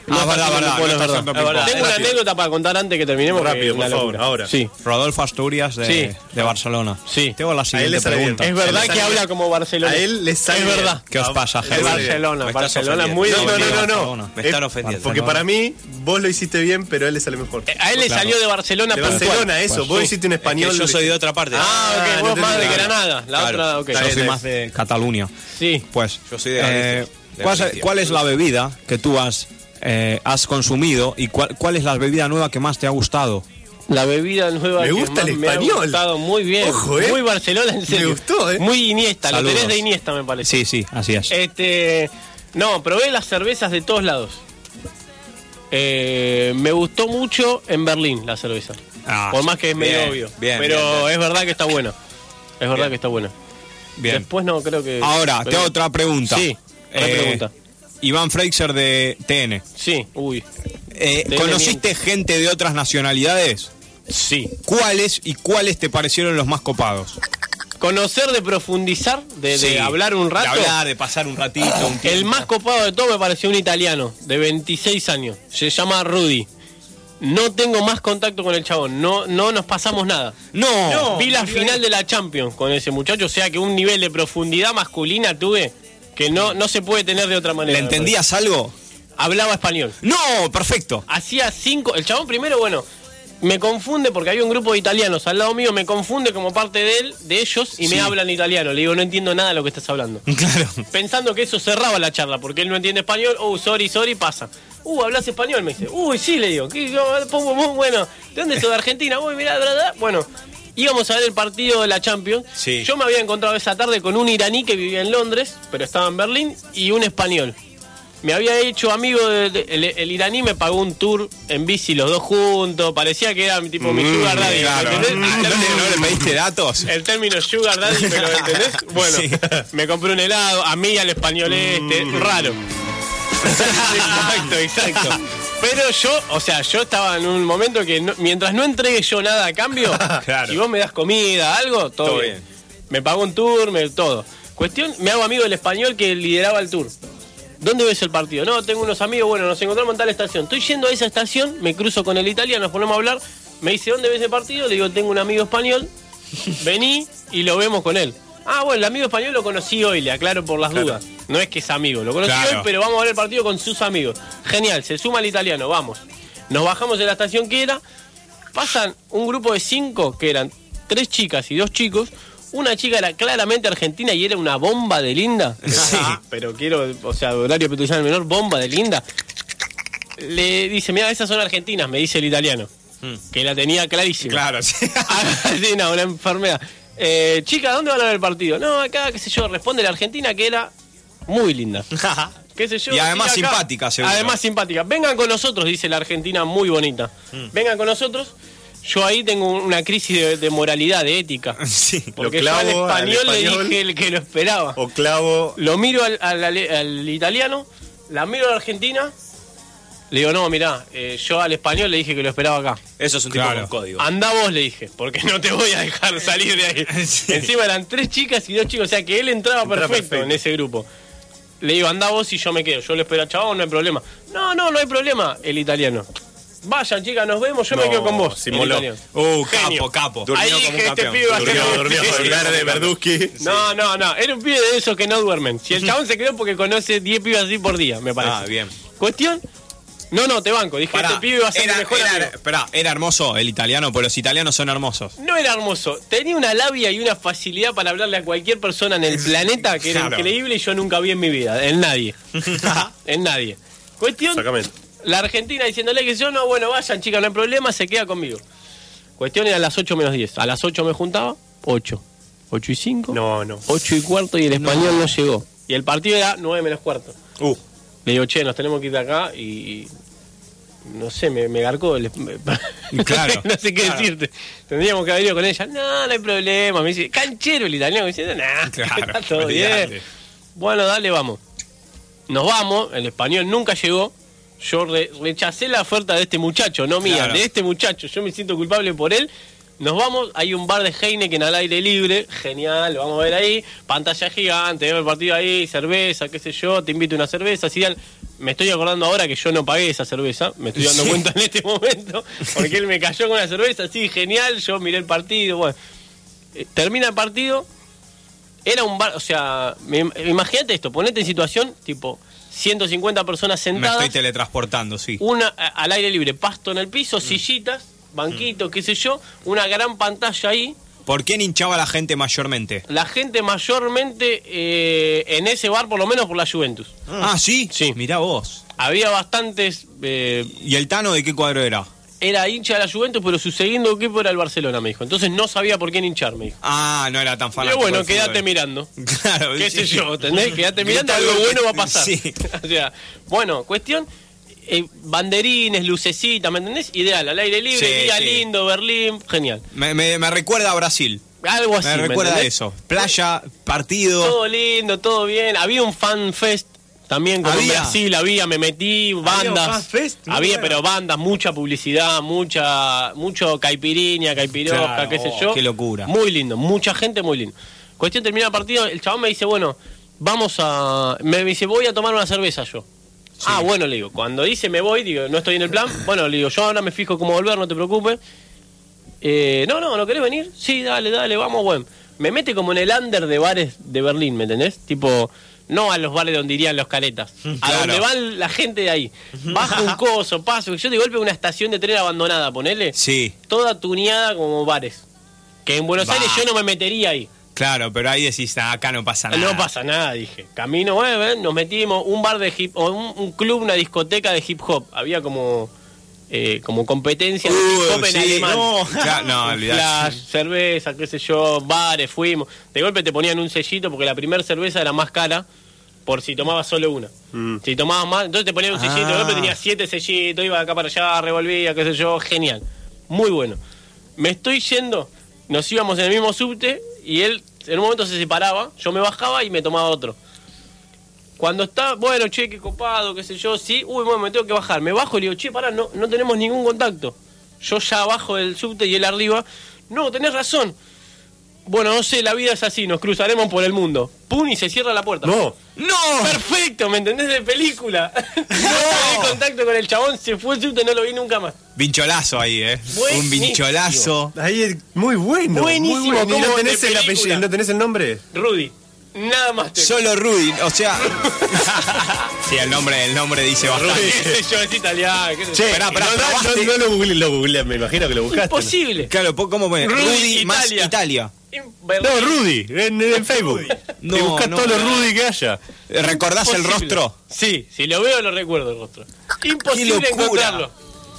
D: No
A: Ah,
D: está
A: verdad,
D: haciendo
A: verdad,
D: ping-pong,
A: no está
D: es
A: haciendo
D: verdad.
A: ping-pong.
D: Tengo una
B: Rápido.
D: anécdota para contar antes que terminemos. que
B: Rápido,
D: es una
B: por favor,
D: locura.
B: ahora.
D: Sí,
A: Rodolfo Asturias de,
D: Sí.
A: de Barcelona.
D: Sí.
A: Tengo la
B: A él le
A: siguiente
B: sale bien.
A: pregunta.
D: Es verdad
B: A él le
D: que
B: sale
D: habla
B: bien.
D: como Barcelona.
B: A él le sale
D: Es
B: bien. Ah,
D: verdad.
A: ¿Qué os pasa,
B: Es
A: gente?
D: Barcelona,
C: Me estás
D: Barcelona es
C: ofendiendo.
D: muy
B: No, no,
D: divertido.
B: no, no,
A: Barcelona.
B: no.
C: Me están
B: Eh,
C: ofendiendo.
B: Porque para mí, vos lo hiciste bien, pero él le sale mejor.
D: A él le
A: Claro.
D: salió de Barcelona
B: De
D: Eh, puntual.
A: ¿eh?
B: Barcelona, eso. Vos hiciste un
C: Pues Es que
B: español.
C: yo soy de otra parte.
D: Ah, ok,
B: Ah,
D: vos
B: no
D: más de
B: entendí.
D: Granada. La
C: Claro.
D: otra, ok.
B: Está
A: Yo
B: bien,
A: soy
B: está
A: más de Cataluña.
D: Sí.
A: Pues,
C: Yo soy de Galicia, de
A: ¿cuál, es,
C: Galicia.
A: cuál es la bebida que tú has, eh, has consumido y cuál, cuál es la bebida nueva que más te ha gustado?
D: La bebida nueva
B: Me
D: que
B: gusta
D: más
B: el
D: me ha
B: español.
D: gustado muy bien.
B: Ojo, eh.
D: Muy Barcelona, en
B: Me
D: serio.
B: gustó, eh.
D: Muy Iniesta, lo tenés
A: Saludos.
D: de Iniesta, me parece.
A: Sí, sí, así es.
D: Este, no, probé las cervezas de todos lados. Eh, me gustó mucho en Berlín la cerveza.
A: Ah,
D: Por más que es medio
C: bien,
D: obvio.
C: bien,
D: pero
C: bien, bien.
D: es verdad que está buena. Es verdad que está buena.
A: Bien.
D: Después no creo que.
A: Ahora,
D: pero-
A: te hago otra pregunta.
D: Sí, otra
A: Eh,
D: pregunta.
A: Iván Freixer de TN.
D: Sí, uy.
A: Eh,
D: TN
A: ¿Conociste gente de otras nacionalidades?
D: Sí.
A: ¿Cuáles y cuáles te parecieron los más copados?
D: Conocer de profundizar, de, de
A: Sí.
D: hablar un rato.
A: De hablar, de pasar un ratito, un tiempo.
D: El más copado de todo me pareció un italiano de 26 años. Se llama Rudy. No tengo más contacto con el chabón. No, no nos pasamos nada.
A: No.
D: Vi la final de la Champions con ese muchacho. O sea que un nivel de profundidad masculina tuve que no, no se puede tener de otra manera.
A: ¿Le entendías algo?
D: Hablaba español.
A: No, perfecto.
D: Hacía cinco. El chabón primero, bueno, me confunde porque había un grupo de italianos al lado mío. Me confunde como parte de él, de ellos, y me hablan italiano. Le digo, no entiendo nada de lo que estás hablando.
A: Claro.
D: pensando que eso cerraba la charla, porque él no entiende español, oh, sorry, sorry, pasa. Uh, hablas español, me dice. Uy, sí, le digo. ¿Qué, yo, pongo, muy bueno, ¿de dónde sos? De Argentina. Uy, mirá, bla, bla. Bueno, íbamos a ver el partido de la Champions.
A: Sí.
D: Yo me había encontrado esa tarde con un iraní que vivía en Londres, pero estaba en Berlín, y un español. Me había hecho amigo, de- de- el, el iraní me pagó un tour en bici los dos juntos, parecía que era tipo mi sugar daddy, ¿me
A: Claro. Ah,
D: entendés?
A: ¿No le, no le pediste datos?
D: El término sugar daddy, pero ¿entendés? Bueno,
A: Sí.
D: me compré un helado, a mí al español este, raro. exacto, exacto. Pero yo, o sea, yo estaba en un momento que no- mientras no entregue yo nada a cambio,
A: Claro.
D: si vos me das comida, algo, todo,
C: Todo
D: bien.
C: bien.
D: Me pagó un tour, me- todo. Cuestión, me hago amigo del español que lideraba el tour. ¿Dónde ves el partido? No, tengo unos amigos, bueno, nos encontramos en tal estación. Estoy yendo a esa estación, me cruzo con el italiano, nos ponemos a hablar. Me dice, ¿dónde ves el partido? Le digo, tengo un amigo español, vení y lo vemos con él. Ah, bueno, el amigo español lo conocí hoy, le aclaro por las dudas. No es que es amigo, lo conocí
A: Claro.
D: hoy, pero vamos a ver el partido con sus amigos. Genial, se suma el italiano, vamos. Nos bajamos de la estación que era, pasan un grupo de cinco, que eran tres chicas y dos chicos. Una chica era claramente argentina y era una bomba de linda. Ah,
A: Sí.
D: Pero quiero, o sea, horario peticional menor, bomba de linda. Le dice, mira, esas son argentinas, me dice el italiano. Que la tenía clarísima.
A: Hmm. Claro, sí.
D: sí, no, una enfermedad. Eh, chica, ¿dónde van a ver el partido? No, acá, qué sé yo, responde la Argentina que era muy linda. Qué sé yo,
A: Y además
D: sí, acá.
A: simpática, seguro.
D: Además simpática. Vengan con nosotros, dice la Argentina muy bonita. Vengan con nosotros. Yo ahí tengo una crisis de, de moralidad, de ética.
A: Sí.
D: Porque
B: Lo
D: yo al
B: clavo al
D: español,
B: español.
D: le dije el que lo esperaba.
B: O clavo.
D: Lo miro al, al- al- al italiano, la miro a la Argentina. Le digo, no, mirá, eh, yo al español le dije que lo esperaba acá.
C: Eso es un tipo
A: Claro.
C: con código.
D: Andá vos, le dije, porque no te voy a dejar salir de ahí.
A: Sí.
D: Encima eran tres chicas y dos chicos, o sea que él entraba
B: Entraba
D: perfecto,
B: perfecto.
D: en ese grupo. Le digo, andá vos y yo me quedo. Yo le espero al chabón, no hay problema. No, no, no hay problema, el italiano. Vayan, chicas, nos vemos, yo me
B: No,
D: quedo con vos. el
B: simuló.
D: italiano.
A: Uh,
D: Genio.
A: capo, capo.
C: Durmió
D: Ahí
C: como
D: dije,
C: un
D: este
C: campeón.
D: pibe va a ser
B: Durmió,
D: muy
B: durmió.
D: difícil.
B: El verde Verduski.
D: No, no, no, era un pibe de esos que no duermen. Si el chabón se quedó porque conoce 10 pibes así por día, me parece.
C: Ah, bien.
D: Cuestión, no, no, te banco. Dije,
A: Pará,
D: este pibe va a ser mi
A: era,
D: mejor
A: era-
D: amigo.
A: pará, era hermoso el italiano, pues los italianos son hermosos.
D: No era hermoso. Tenía una labia y una facilidad para hablarle a cualquier persona en el planeta que era
A: Claro.
D: increíble y yo nunca vi en mi vida. En nadie. en nadie. Cuestión.
B: Sácame.
D: La Argentina diciéndole que yo no, bueno, vayan, chicas, no hay problema, se queda conmigo. Cuestión era a las 8 menos 10. A las 8 me juntaba, 8. 8 y 5.
B: No, no.
D: 8 y cuarto y el español no, llegó. Y el partido era 9 menos cuarto.
A: Uh,
D: Le digo, che, nos tenemos que ir de acá y. y no sé, me, me garcó. el-
A: Claro,
D: no sé qué
A: claro.
D: decirte. Tendríamos que haber ido con ella. No, no hay problema. Me dice, canchero el italiano. Me dice, nah,
A: Claro,
D: está todo
A: olvidate.
D: bien. Bueno, dale, vamos. Nos vamos. El español nunca llegó. Yo re- rechacé la oferta de este muchacho, no mía,
A: Claro.
D: de este muchacho. Yo me siento culpable por él. Nos vamos, hay un bar de Heineken al aire libre, genial, lo vamos a ver ahí, pantalla gigante, vemos el partido ahí, cerveza, qué sé yo, te invito a una cerveza, Sigan, me estoy acordando ahora que yo no pagué esa cerveza, me estoy dando cuenta en este momento, porque él me cayó con una cerveza, sí, genial, yo miré el partido, bueno. Eh, Termina el partido, era un bar, o sea, me- imagínate esto, ponete en situación, tipo, 150 personas
C: Me
D: sentadas
C: estoy Mm. teletransportando, sí.
D: una a- al aire libre, pasto en el piso, sillitas,
C: Mm.
D: banquitos, qué sé yo, una gran pantalla ahí.
C: ¿Por quién hinchaba la gente mayormente?
D: La gente mayormente eh, en ese bar, por lo menos por la Juventus.
A: Mm.
C: Ah, sí.
D: Sí.
C: Mirá vos.
D: Había bastantes. eh,
C: ¿Y el Tano de qué cuadro era?
D: era hincha de la Juventus, pero su segundo equipo era el Barcelona, me dijo. Entonces no sabía por quién hinchar, me dijo.
C: Ah, no era tan
D: Pero
C: fanático.
D: bueno,
C: del
D: quédate
C: fútbol.
D: mirando.
C: Claro,
D: qué
C: sí.
D: sé yo, ¿entendés? Quédate mirando,
C: Grita
D: algo
C: algo que-
D: bueno va a pasar.
C: Sí.
D: o sea, bueno, cuestión, eh, banderines, lucecitas, ¿me entendés? Ideal, al aire libre,
C: Sí,
D: día
C: sí.
D: lindo, Berlín, genial.
C: Me, me- me recuerda a Brasil.
D: Algo así.
C: Me recuerda a
D: Ah, entendés?
C: eso. Playa, partido.
D: Todo lindo, todo bien. Había un fan fest también con
C: Había.
D: Brasil, había, me metí, bandas.
B: fan fest? Muy
D: había,
B: bueno.
D: pero bandas, mucha publicidad, mucha, mucho caipiriña, caipiroja,
C: Claro,
D: qué sé
C: oh,
D: yo.
C: qué locura.
D: Muy lindo, mucha gente, muy lindo. Cuestión termina el partido, el chabón me dice, bueno, vamos a. Me dice, voy a tomar una cerveza yo. Ah, bueno, le digo, cuando dice me voy, digo, no estoy en el plan, bueno, le digo, yo ahora me fijo cómo volver, no te preocupes. Eh, no, no, ¿no querés venir? Sí, dale, dale, vamos, bueno. Me mete como en el under de bares de Berlín, ¿me entendés? Tipo, no a los bares donde irían los caretas, a
C: Mm, Claro. Mm.
D: donde van la gente de ahí. Bajo un coso, paso, yo de golpe una estación de tren abandonada, ponele,
C: Sí,
D: toda tuneada como bares. Que en Buenos
C: Va.
D: Aires yo no me metería ahí.
C: claro, pero ahí decís, "Ah, acá no pasa nada.
D: No pasa nada, dije. Camino, bueno, ven, nos metimos, un bar de hip o un, un club, una discoteca de hip hop. Había como, eh, como competencia de hip hop
C: Uh,
D: en
C: sí,
D: alemán.
C: no, Claro, no,
D: Flash,
C: olvidate.
D: cerveza, qué sé yo, bares, fuimos. De golpe te ponían un sellito porque la primera cerveza era más cara por si tomabas solo una.
C: Mm.
D: Si tomabas más, entonces te ponían un sellito, de
C: Ah.
D: golpe tenías siete sellitos, iba de acá para allá, revolvía, qué sé yo, genial. Muy bueno. Me estoy yendo, nos íbamos en el mismo subte y él en un momento se separaba, yo me bajaba y me tomaba otro. Cuando está, bueno, che, qué copado, qué sé yo, sí, uy, bueno, me tengo que bajar. Me bajo y le digo, che, pará, no, no tenemos ningún contacto. Yo ya abajo del subte y él arriba. No, tenés razón. Bueno, no sé, la vida es así, nos cruzaremos por el mundo. Pum, y se cierra la puerta.
B: No.
C: ¡No!
D: Perfecto, ¿me entendés? De película. No tuve contacto con el chabón, se fue el subte, no lo vi nunca más.
C: Vincholazo ahí, ¿eh? Un
D: Buenísimo.
C: vincholazo.
B: Ahí es muy bueno.
D: Buenísimo,
B: muy bueno. Y
D: como
B: no
D: de
B: tenés el
D: película.
B: apellido, no tenés el nombre.
D: Rudy, nada más te...
C: Solo Rudy, o sea. sí, el nombre, el nombre dice
D: ¿Qué sé
C: bastante.
D: yo? Es italiano, qué sé yo.
C: Esperá, esperá,
B: no, no,
C: probaste.
B: no, no lo googleé, lo googleé, me imagino que lo buscaste.
D: Imposible.
C: Claro, po- ¿cómo pone?
D: Rudy,
C: Rudy, más
D: Italia.
C: Italia.
B: No, Rudy, en, en Facebook.
C: No,
B: Te buscas
C: no,
B: todos los
C: no.
B: Rudy que haya.
C: ¿Recordás el
D: Imposible.
C: rostro?
D: Sí, si lo veo lo recuerdo el rostro.
B: Ah,
D: Imposible
C: locura!
D: encontrarlo.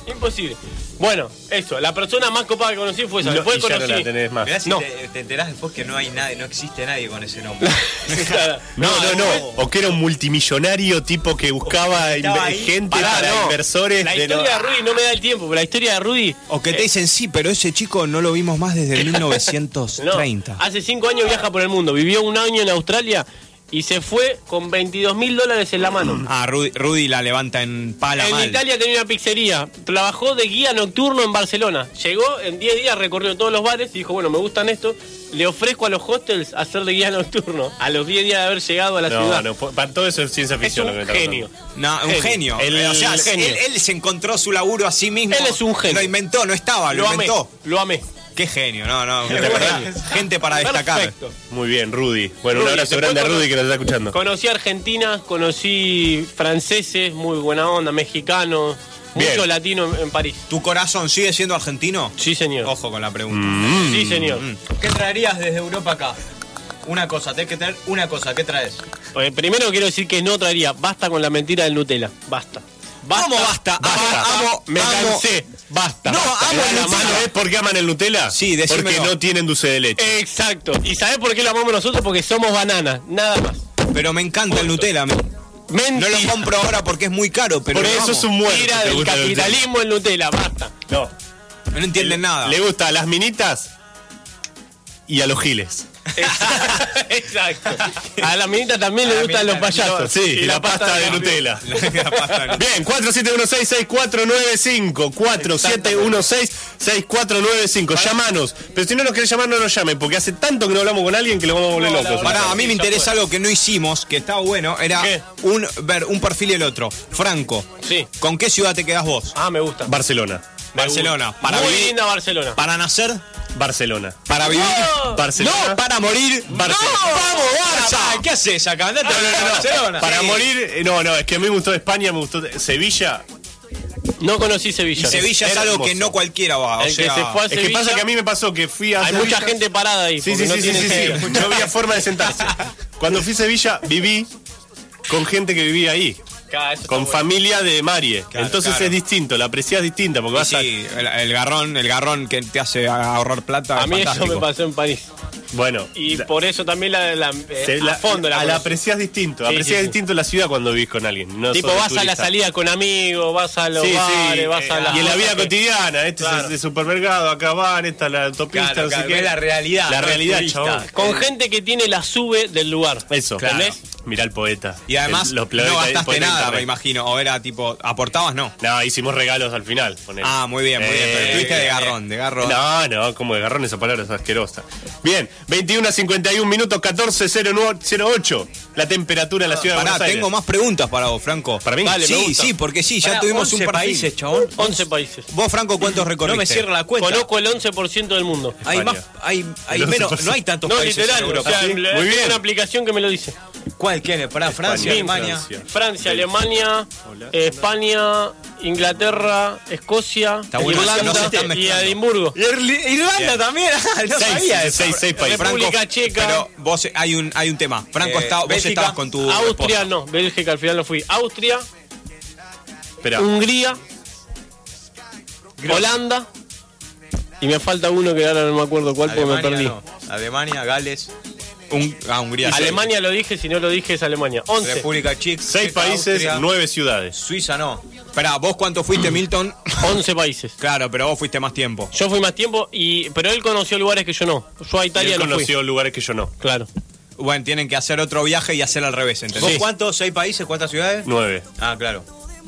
D: Imposible. Bueno, eso, la persona más copada que conocí fue esa.
B: No,
D: Después
B: y ya no
D: conocí.
B: la tenés más.
A: Mirá si
D: No.
A: te, te enterás después que no hay nadie, no existe nadie con ese nombre.
B: No, no, no.
D: después-
B: O que era un multimillonario tipo que buscaba
A: estaba
B: inve-
A: ahí.
B: gente
D: Pará,
B: para
D: no.
B: inversores.
D: La
B: de
D: historia de
B: lo-
D: Rudy no me da el tiempo, pero la historia de Rudy.
C: O que te dicen sí, pero ese chico no lo vimos más desde
D: No,
C: 1930.
D: hace cinco años viaja por el mundo. Vivió un año en Australia y se fue con 22 mil dólares en la mano.
C: Ah, Rudy, Rudy la levanta en pala
D: en
C: mal.
D: Italia tenía una pizzería. Trabajó de guía nocturno en Barcelona. Llegó en 10 días, recorrió todos los bares y dijo: Bueno, me gustan esto. Le ofrezco a los hostels hacer de guía nocturno. A los 10 días de haber llegado a la
B: No,
D: ciudad.
B: no, po- para todo eso es ciencia
D: es
B: ficción.
D: un
B: lo que me está
D: genio.
C: No, un genio.
D: El-
C: Eh, o sea,
D: el genio.
C: Él, él se encontró su laburo a sí mismo.
D: Él es un genio.
C: Lo inventó, no estaba, Ah, lo,
D: Lo amé.
C: inventó.
D: Lo amé.
C: Qué genio, no, no.
B: Qué genio.
C: Gente para destacar.
D: Perfecto.
B: contando. Muy bien, Rudy. Bueno, un
D: Rudy,
B: abrazo
D: después
B: grande a
D: cuando-
B: Rudy que nos está escuchando.
D: Conocí argentinas, conocí franceses, muy buena onda, mexicanos,
B: Bien.
D: muchos latinos en, en París.
C: ¿Tu corazón sigue siendo argentino?
D: Sí, señor. Mm.
C: Ojo con la pregunta.
D: Sí, señor.
C: Mm.
A: ¿Qué traerías desde Europa acá? Una cosa, tenés que traer una cosa, ¿qué traes?
D: Eh, primero quiero decir que no traería, basta con la mentira del Nutella, basta. basta
C: ¿Cómo basta? Amo, amo,
B: me
C: amo.
B: cansé. Basta.
C: No,
B: basta.
C: amo el
B: La
C: Nutella.
B: mano, ¿Sabés por qué aman el Nutella?
C: Sí, decímelo.
B: Porque no tienen dulce de
D: Eh,
B: leche.
D: Exacto. ¿Y sabés por qué lo amamos nosotros? Porque somos bananas, nada más.
C: Pero me encanta el Nutella. me- No
D: Mentira
C: lo compro ahora porque es muy caro, pero
B: por
C: lo
B: eso
C: amo.
B: es un muerto. que le
D: del
B: gusta el Nutella.
D: capitalismo el Nutella, basta.
B: No.
C: No entienden nada.
B: Le gusta a las minitas y a los giles.
D: Exacto. A la minita también
C: A
D: le
C: la
D: gustan los
C: minita,
D: payasos.
B: Sí, y, la, pasta, de Nutella.
C: La, la pasta no-
B: Bien, 4716-6495. 4716-6495. Llamanos. Pero si no nos querés llamar, no nos llamen, porque hace tanto que no hablamos con alguien que lo vamos a volver
D: No, la
B: locos.
D: verdad.
C: Pará, a mí me
D: Sí, ya
C: interesa
D: fue.
C: algo que no hicimos, que estaba bueno, era
D: ¿Qué?
C: un ver un perfil y el otro. Franco,
D: Sí.
C: ¿con qué ciudad te quedás vos?
D: Ah, me gusta.
B: Barcelona.
C: Barcelona.
D: Muy
C: Para vivir,
D: linda Barcelona.
C: para nacer,
B: Barcelona.
C: para vivir.
B: Barcelona.
C: No, para morir,
B: Barcelona.
C: ¡Vamos, Barça! ¿Qué haces acá? Andate a hablar de Barcelona.
B: Para
C: Sí.
B: morir, eh, no, no, es que a mí me gustó España, me gustó Sevilla.
D: No conocí Sevilla.
C: Sevilla es
B: Era
C: algo
B: hermoso.
C: que no cualquiera va. O
D: El que
C: sea,
D: se fue a
B: Es que
D: Sevilla,
B: pasa que a mí me pasó que fui a
D: hay
B: Sevilla-
D: mucha gente parada ahí.
B: Sí,
D: porque
B: sí,
D: no
B: sí, sí,
D: tienen
B: sí,
D: silla.
B: sí. No había forma de sentarse. Cuando fui a Sevilla viví con gente que vivía ahí,
D: Claro, Ah, eso está
B: con
D: bueno.
B: familia de Marie.
C: Claro,
B: Entonces
C: claro.
B: es distinto, la aprecias distinta porque vas
C: sí, el, el garrón, el garrón que te hace ahorrar plata.
D: A
C: es
D: mí eso
C: fantástico.
D: me pasó en París.
B: a bueno,
D: Y
B: la-
D: por eso también la, la, eh,
B: se- la-
D: a fondo la,
B: a la
D: conocí.
B: aprecias distinto,
D: Sí, sí,
B: aprecias
D: sí.
B: distinto la ciudad cuando vivís con alguien. no
D: Tipo,
B: sos de
D: vas a la
B: turista.
D: salida con amigos, vas a los
B: Sí, sí,
D: bares, vas
B: eh,
D: a las
B: y en la
D: cosas
B: vida
D: que-
B: cotidiana, este es
D: Claro.
B: el supermercado, acá van, esta es la autopista,
C: Claro,
B: no
C: claro,
B: sé qué.
C: ves la realidad,
B: La
C: no el
B: realidad,
C: turista.
B: chabón.
D: Con gente que tiene la sube del lugar.
B: Eso,
D: Claro.
B: Mirá el poeta.
C: Y además,
B: El-
C: no
B: poetas-
C: gastaste
B: poetas
C: nada,
B: de-
C: me imagino. O era tipo, ¿aportabas? No.
B: No, hicimos regalos al final. ponele.
C: Ah, muy bien, muy bien.
B: Eh,
C: Pero estuviste de
B: bien.
C: garrón, de garrón.
B: No, no, como de garrón esa palabra es asquerosa. Bien, 21 a 51 minutos, 14.08. La temperatura en la ciudad de
C: Pará,
B: Buenos Aires.
C: tengo más preguntas para vos, Franco.
B: Para mí,
C: Dale,
B: sí,
C: sí, sí, porque sí, ya
A: Pará,
C: tuvimos un
A: 11
C: perfil.
A: países, chabón.
D: 11 países.
C: Vos, Franco, ¿cuántos recorriste?
A: No me cierra la cuenta.
D: Conozco el 11% del mundo.
A: Hay
B: España.
A: más, hay, hay
B: El
A: menos,
B: 11%.
A: no hay tantos
D: No,
A: países
D: literal.
A: en
D: O
A: Europa.
D: sea,
B: ¿sí?
D: le-
B: Muy
D: tengo
B: bien.
D: una aplicación que me lo dice.
A: ¿Cuál? ¿Quién es? Pará, Francia,
B: España,
A: Alemania.
B: Francia.
D: Francia, Alemania, eh, España, Inglaterra, Escocia,
C: bueno, no se
D: Irlanda
C: están
D: y
C: mezclando.
D: Edimburgo.
A: Y Irli- Irlanda también. Ah, no
B: Seis,
A: sabía
B: seis,
A: eso.
B: seis, seis países.
D: República Checa.
C: Pero vos, hay un, hay un tema. Franco,
A: Eh,
C: está, vos
A: Bélgica,
C: estabas con tu.
D: Austria,
C: esposa.
D: no. Bélgica, al final no fui. Austria,
B: Esperá.
D: Hungría, Holanda. Y me falta uno que ahora no me acuerdo cuál porque me
C: Alemania,
D: perdí.
C: no. Alemania, Gales. Un, ah, Hungría.
D: Alemania lo dije, si no lo dije es Alemania. 11.
C: República Checa.
B: Seis países,
C: Austria,
B: nueve ciudades.
C: Suiza no. Esperá, ¿vos cuánto fuiste, Milton?
D: 11 países.
C: claro, pero vos fuiste más tiempo.
D: Yo fui más tiempo, y pero él conoció lugares que yo no. Yo a
B: Y
D: Italia
B: él
D: no
B: conoció lugares que yo no.
D: fui. Claro.
C: Bueno, tienen que hacer otro viaje y hacer al revés,
A: ¿Vos
C: ¿entendés?
A: cuántos? ¿Seis países? ¿Cuántas ciudades?
B: Nueve.
A: Ah, claro.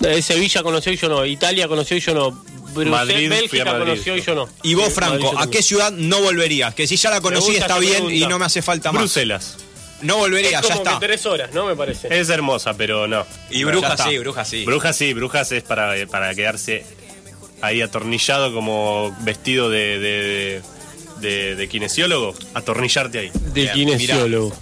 D: Eh, Sevilla conoció y yo no. Italia conoció y yo no. Bruselas,
B: Madrid, fui a
D: Bélgica
B: Madrid.
D: conoció y yo no.
C: Y vos,
D: Sí, Madrid yo
C: Franco, ¿a
D: también.
C: qué ciudad no volverías? Que si ya la conocí
D: gusta
C: está
D: esa
C: bien y
D: pregunta.
C: no me hace falta más.
B: Bruselas.
C: No
D: Es
C: volvería, ya
D: como que
C: está.
D: tres horas, ¿no? Me parece.
B: Es hermosa, pero no.
A: Y
C: Ya
A: Brujas
C: está.
A: sí, Brujas sí.
B: Brujas sí, Brujas es para, eh, para quedarse ahí atornillado como vestido de, de, de- de- de kinesiólogo. Atornillarte ahí,
D: De kinesiólogo.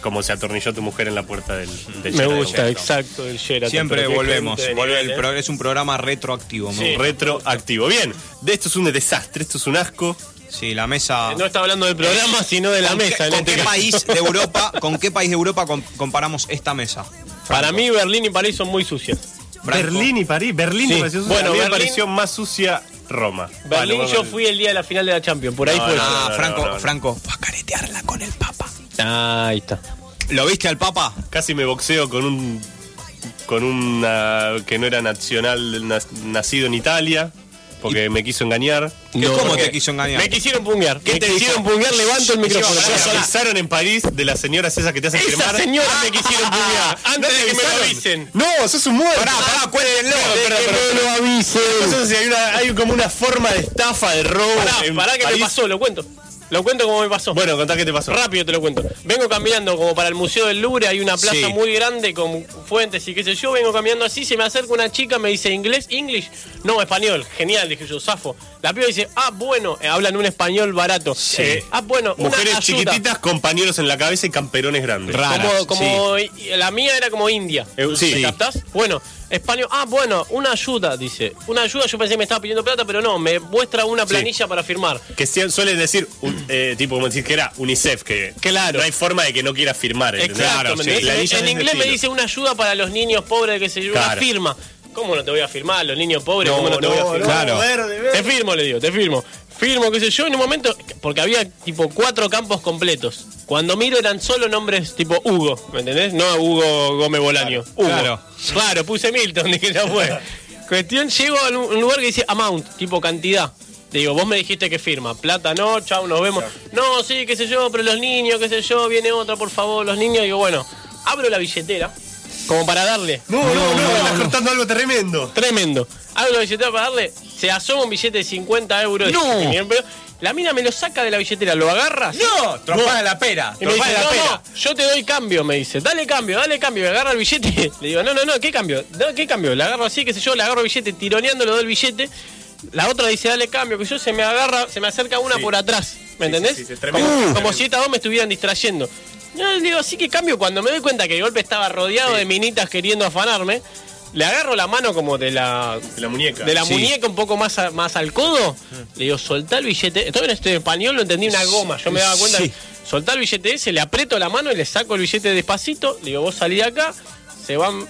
B: como se atornilló tu mujer en la puerta del, del
D: Me
B: Sheraton.
D: gusta, exacto, el Sheraton.
C: Siempre
D: Pero qué
C: volvemos.
D: gente de
C: volve-
D: nivel,
C: el
D: ¿eh?
C: pro- es un programa retroactivo. me
D: Sí.
C: gusta.
B: Retroactivo. Bien, de esto es un desastre, esto es un asco.
C: Sí, la mesa.
D: No está hablando del programa, sino de la
C: ¿Con
D: mesa.
C: qué,
D: en
C: con
D: este
C: qué
D: caso.
C: país de Europa, ¿Con qué país de Europa com- comparamos esta mesa?
D: Para mí, Berlín y París son muy sucias.
C: Franco.
B: Berlín y París, Berlín
D: Sí.
B: me pareció sucia.
D: Bueno,
B: A mí me
D: Berlín-
B: pareció más sucia Roma.
D: Berlín,
B: Bueno,
D: yo
B: bueno,
D: fui el día de la final de la Champions. Por ahí
B: No,
D: fue.
B: no,
C: Ah,
B: no,
C: Franco,
B: no, no.
C: Franco.
A: Va a caretearla con el Papa.
D: Ah, Ahí está.
C: ¿Lo viste al Papa?
B: Casi me boxeo con un con una que no era nacional na- nacido en Italia porque me quiso engañar.
C: ¿Qué-
D: No,
C: ¿Cómo
D: porque-
C: te quiso engañar?
D: Me quisieron punguear.
B: ¿Qué
D: me
B: te
D: quisieron
B: dijo?
D: punguear, levanto el micrófono.
B: Nos
D: Pará.
B: avisaron en París de las señoras esas que te hacen Ah,
D: Esa
B: firmar.
D: señora me quisieron punguear.
B: ah,
D: Antes de que me lo
B: avisaron.
D: avisen.
B: No, sos un muerto.
C: Pará, pará, cuéntenlo.
B: lo hay, una- hay como una forma de estafa, de robo.
D: Pará,
B: en
D: pará que me
B: París.
D: pasó, lo cuento. Lo cuento como me pasó.
B: Bueno, contá qué te pasó.
D: Rápido te lo cuento. Vengo caminando como para el Museo del Louvre, hay una plaza
C: Sí.
D: muy grande con fuentes y qué sé yo. Vengo caminando así, se me acerca una chica, me dice inglés, English. No, español. Genial, dije yo, zafo. La piba dice, ah, bueno, eh, hablan un español barato. Eh, ah, bueno, una
B: Mujeres
D: ayuda.
B: chiquititas con pañuelos en la cabeza y camperones grandes.
D: Como, como i- la mía era como India.
B: Eh, sí.
D: ¿Me captás? Bueno, español. Ah, bueno, una ayuda, dice. Una ayuda, yo pensé que me estaba pidiendo plata, pero no, me muestra una planilla para firmar.
B: Que sie- suelen decir, un- eh, tipo como decir que era UNICEF, que
D: Mm. Claro.
B: no hay forma de que no quiera firmar. ¿entendés?
D: Exacto, ¿me
B: sí,
D: entendés?
B: planillas
D: En
B: de
D: inglés me
B: estilo.
D: dice una ayuda para los niños pobres que se lleva una
B: Claro.
D: firma. ¿Cómo no te voy a firmar? Los niños pobres, ¿cómo no te voy a firmar?
B: Claro.
D: Te firmo, le digo, te firmo. Firmo, qué sé yo, en un momento, porque había tipo cuatro campos completos. Cuando miro eran solo nombres tipo Hugo, ¿me entendés? No Hugo Gómez Bolaño. Hugo.
C: claro.
D: Claro, puse Milton, dije, ya fue. Cuestión, llego a un un lugar que dice amount, tipo cantidad. Digo, vos me dijiste que firma, plata no, chau, nos vemos. No, sí, qué sé yo, pero los niños, qué sé yo, viene otra, por favor, los niños. Digo, bueno, abro la billetera como para darle.
A: No, no, no, estás cortando algo tremendo.
D: Tremendo. Abro la billetera para darle, se asoma un billete de 50 euros. de
C: No.
D: 100 euros. La mina me lo saca de la billetera, lo agarra.
C: ¡No! Trompada de la pera.
D: Y me
C: Trompada
D: dice,
C: de la
D: no,
C: pera.
D: no, yo te doy cambio, me dice, dale cambio, dale cambio, y agarra el billete. Le digo, no, no, no, ¿qué cambio? No, ¿Qué cambio? Le agarro así, qué sé yo, le agarro el billete, tironeando le doy el billete. La otra dice, dale cambio, que yo se me agarra, se me acerca una por atrás, ¿me
B: Sí,
D: entendés?
B: sí, sí, es tremendo,
D: como,
B: tremendo.
D: como si estas dos me estuvieran distrayendo. Yo le digo, así que cambio, cuando me doy cuenta que el golpe estaba rodeado de minitas queriendo afanarme, le agarro la mano como de la
B: De la muñeca.
D: de la muñeca un poco más, a- más al codo, le digo, soltá el billete. Esto en este español lo entendí una goma. Yo me daba cuenta,
C: Sí.
D: que soltá el billete ese, le aprieto la mano y le saco el billete despacito. Le digo, vos salí de acá, se van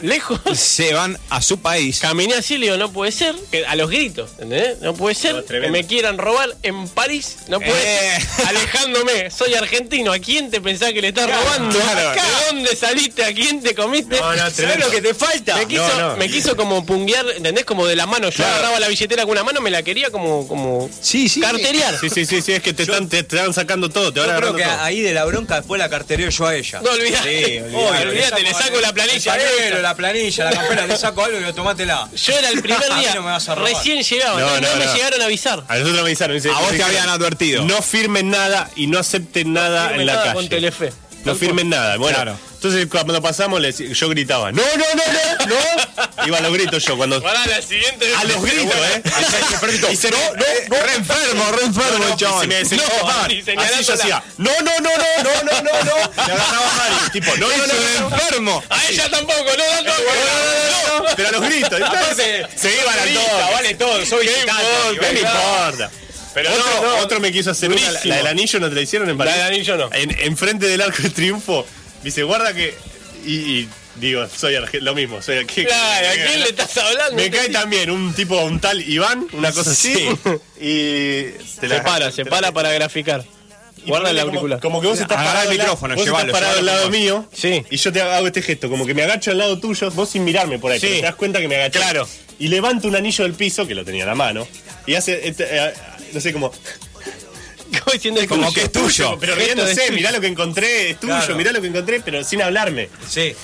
D: lejos.
C: Se van a su país.
D: Caminé así, le digo, no puede ser, que a los gritos, ¿entendés? No puede ser
B: No, es
D: que
B: tremendo.
D: me quieran robar en París, no puede
C: Eh.
D: ser. Alejándome, soy argentino, ¿a quién te pensás que le estás robando?
C: claro.
D: Acá. ¿De dónde saliste? ¿A quién te comiste?
B: No, no,
C: ¿Sabes
B: tremendo.
C: lo que te falta?
D: Me quiso,
B: no.
D: me quiso como punguear, ¿entendés? Como de la mano. Yo agarraba la billetera con una mano, me la quería como, como
C: Sí, sí.
D: carteriar.
B: Sí, sí, sí, sí, es que te, están, te, te van sacando todo, te van
F: Yo creo
B: agarrando
F: que
B: todo.
F: ahí de la bronca después la cartereo yo a ella.
D: No olvidate.
F: Sí,
D: Oh, olvidate, le saco la planilla.
F: El pañuelo, la planilla, la campera, le saco algo y lo tomátela.
D: Yo era el primer
F: A mí
D: día.
F: no me vas a robar.
D: recién llegaba.
B: No,
D: No,
B: no,
D: no me
B: no.
D: llegaron a avisar.
B: A nosotros me avisaron. dice-
C: A vos te habían
B: dijeron,
C: advertido.
B: No firmen nada y no acepten nada
D: firmen
B: Ah, en la
D: nada
B: calle.
D: con Telefe.
B: No firmen nada. Bueno, entonces cuando pasamos le decía- yo gritaba, no, no, no, no, no. Iba a los gritos yo cuando...
D: Para la siguiente.
B: A los gritos, ¿eh? Y se, no, no, no. Eh, Re enfermo, re enfermo el chaval. Y se me
D: No, y
B: desenfocaba. Así yo
D: señalándola.
B: hacía, no, no, no, no, no, no, no, no. Le agarraba mal. y Tipo, no, no, no, no.
C: enfermo.
D: A ella tampoco, no, no, no, no, no.
B: Pero a los gritos. Entonces, se iban al todo.
D: Vale todo, soy
B: ¿Qué importa? ¿Qué me importa? Pero otro,
D: no, no.
B: otro me quiso hacer una, la-
D: Durísimo.
B: la del anillo no te la hicieron en
D: La del anillo no.
B: En, enfrente del arco de triunfo, me dice, guarda que. Y, y digo, soy arge- lo mismo, soy aquí.
D: Claro, ¿a quién le estás hablando?
B: Me cae también un tipo, un tal Iván, una cosa así. Y. Te
D: Se para, se
B: te
D: para para graficar.
B: y
D: Guarda el
B: ponele
D: auricular.
B: Como, como que vos estás
C: Agarrá el
B: parado al lado-
C: micrófono,
B: vos
C: llévalo,
B: estás parado al
C: llévalo,
B: lado
C: por
B: mío.
D: Sí.
B: Y yo te hago este gesto, como que me agacho al lado tuyo, vos sin mirarme por ahí,
D: Sí.
B: pero te das cuenta que me agaché.
D: Claro.
B: Y levanto un anillo del piso, que lo tenía en la mano, y hace, este, eh, no sé, como,
D: Como diciendo el
C: Como
D: tuyo.
C: que es tuyo.
D: Gesto de
B: pero riéndose,
D: tuyo.
B: mirá lo que encontré, es tuyo,
F: Claro.
B: mirá lo que encontré, pero sin hablarme.
F: Sí.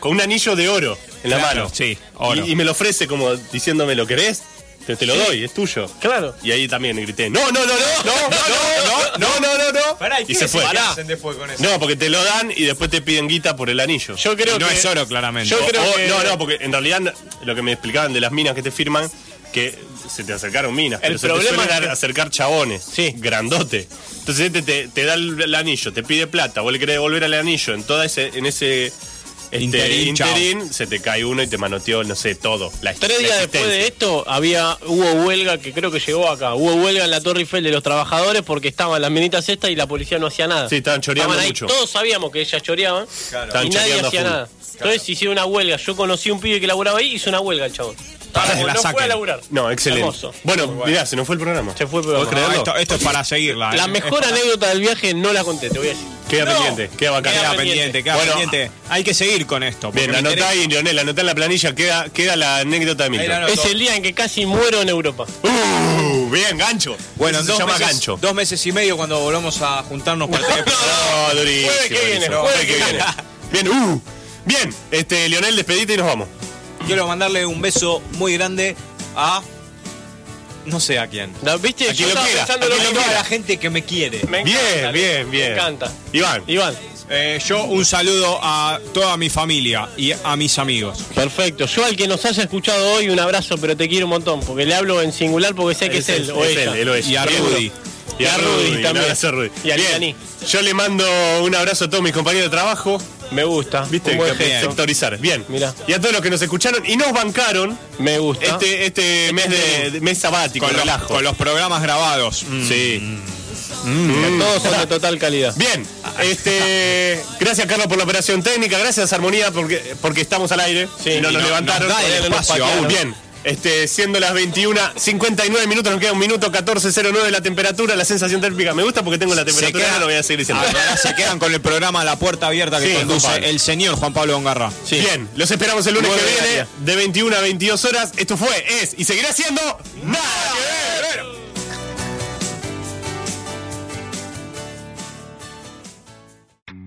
B: Con un anillo de oro en la
C: Claro,
B: mano.
C: sí, oro.
B: Y, y me lo ofrece como diciéndome, ¿lo querés? Te, te lo doy, es tuyo.
D: Claro.
B: Y ahí también grité, no, no, no, no, no, no, no, no, no, no.
F: Pará, ¿y,
B: y se fue.
F: Pará.
B: Pará.
F: Hacen después con eso?
B: No, porque te lo dan y después te piden guita por el anillo.
D: Yo creo
C: No
D: que.
C: es oro, claramente.
D: Yo
B: O-
D: creo
B: o-
D: que.
B: No, no, porque en realidad lo que me explicaban de las minas que te firman, que se te acercaron minas,
D: El
B: pero se te
D: problema
B: suelen
D: es que-
B: acercar chabones,
D: Sí.
B: grandote. Entonces este te, te da el, el anillo, te pide plata, vos le querés devolver al anillo, en toda ese, en ese este,
C: Interín, chao.
B: interín, se te cae uno y te manoteó, no sé, todo. La,
D: Tres
B: la
D: días después de
B: existencia.
D: esto había hubo huelga que creo que llegó acá. Hubo huelga en la Torre Eiffel de los trabajadores porque estaban las minitas estas y la policía no hacía nada.
B: Sí, estaban choreando
D: Estaban ahí,
B: mucho.
D: Todos sabíamos que ellas choreaban
F: Claro.
D: y
B: Estaban
D: nadie
B: choreando a
D: hacía
B: full.
D: nada. Entonces hicieron una huelga. Yo conocí un pibe que laburaba ahí, hizo una huelga el chabón.
C: Para que la
D: no fue a
C: saquen.
D: laburar.
B: No, excelente.
D: Hermoso.
B: Bueno, mirá, se nos fue el programa.
D: Se fue el programa.
B: ¿Podés creerlo?
C: esto, esto es para seguirla.
D: La
C: eh.
D: mejor anécdota del viaje no la conté, te voy a decir.
B: Queda pendiente, queda bacán.
C: Queda
D: pendiente.
C: pendiente, queda
B: Bueno,
C: pendiente. Hay que seguir con esto. porque
B: Bien,
C: me
B: anotá
C: interesa.
B: ahí, Lionel, anotá en la planilla, queda, queda la anécdota de
F: la
B: Milton.
F: anoto.
D: Es el día en que casi muero en Europa.
B: Uh, bien, gancho.
F: Bueno, en
B: Eso
F: dos
B: se llama
F: meses,
B: gancho.
F: dos meses y medio cuando volvamos a juntarnos para tener...
B: No, durísimo.
D: Jueves que viene,
B: durísimo.
D: jueves que
B: viene. Bien, uh. Bien, este, Leonel, despedite y nos vamos.
F: Quiero mandarle un beso muy grande a... No sé a quién.
D: ¿La- ¿Viste?
B: A quien
D: Yo
B: lo
D: estaba
B: quiera,
D: pensando
B: a
D: lo
B: quien
F: A
D: mismo.
F: toda la gente que me quiere.
D: Me
B: bien,
D: encanta,
B: bien, bien.
D: Me encanta.
B: Iván.
D: Iván.
C: Eh, yo un saludo a toda mi familia y a mis amigos.
D: Perfecto. Yo al que nos haya escuchado hoy, un abrazo, pero te quiero un montón, porque le hablo en singular porque sé que es, él o
B: es
D: ella.
B: él, él o ella.
C: Y a
B: Bien.
C: Rudy.
B: Y a Rudy también. Un abrazo a Rudy.
D: Y a
B: Bien.
D: Lianí.
B: Yo le mando un abrazo a todos mis compañeros de trabajo.
D: Me gusta.
B: ¿Viste?
D: Un buen
B: Que-
D: gesto.
B: sectorizar. Bien.
D: Mirá.
B: Y a todos los que nos escucharon y nos bancaron
D: Me gusta.
B: este, este mes de, de- mes sabático,
C: Con, los-
B: relajo. Mm.
C: con los programas grabados.
B: Sí.
D: Todos son de total calidad.
B: Bien, este, gracias Carlos por la operación técnica, gracias Armonía porque, porque estamos al aire
D: Sí,
B: y no
D: y
B: nos
D: no-
B: levantaron.
C: nos da el
B: todavía no nos
C: espacio
B: patearon.
C: aún.
B: Bien, este, siendo las 21, 59 minutos, nos queda un minuto 14.09 la temperatura, la sensación térmica. Me gusta porque tengo la temperatura,
C: queda-
B: no lo voy a seguir diciendo.
C: Ahora se quedan con el programa La Puerta Abierta que
B: Ah, Sí,
C: conduce
B: Juan Pablo.
C: el señor Juan Pablo Ongarra.
B: Bien, los esperamos el lunes que
D: Nueve de la
B: viene
D: día.
B: de 21 a 22 horas. Esto fue, es y seguirá siendo nada que ver.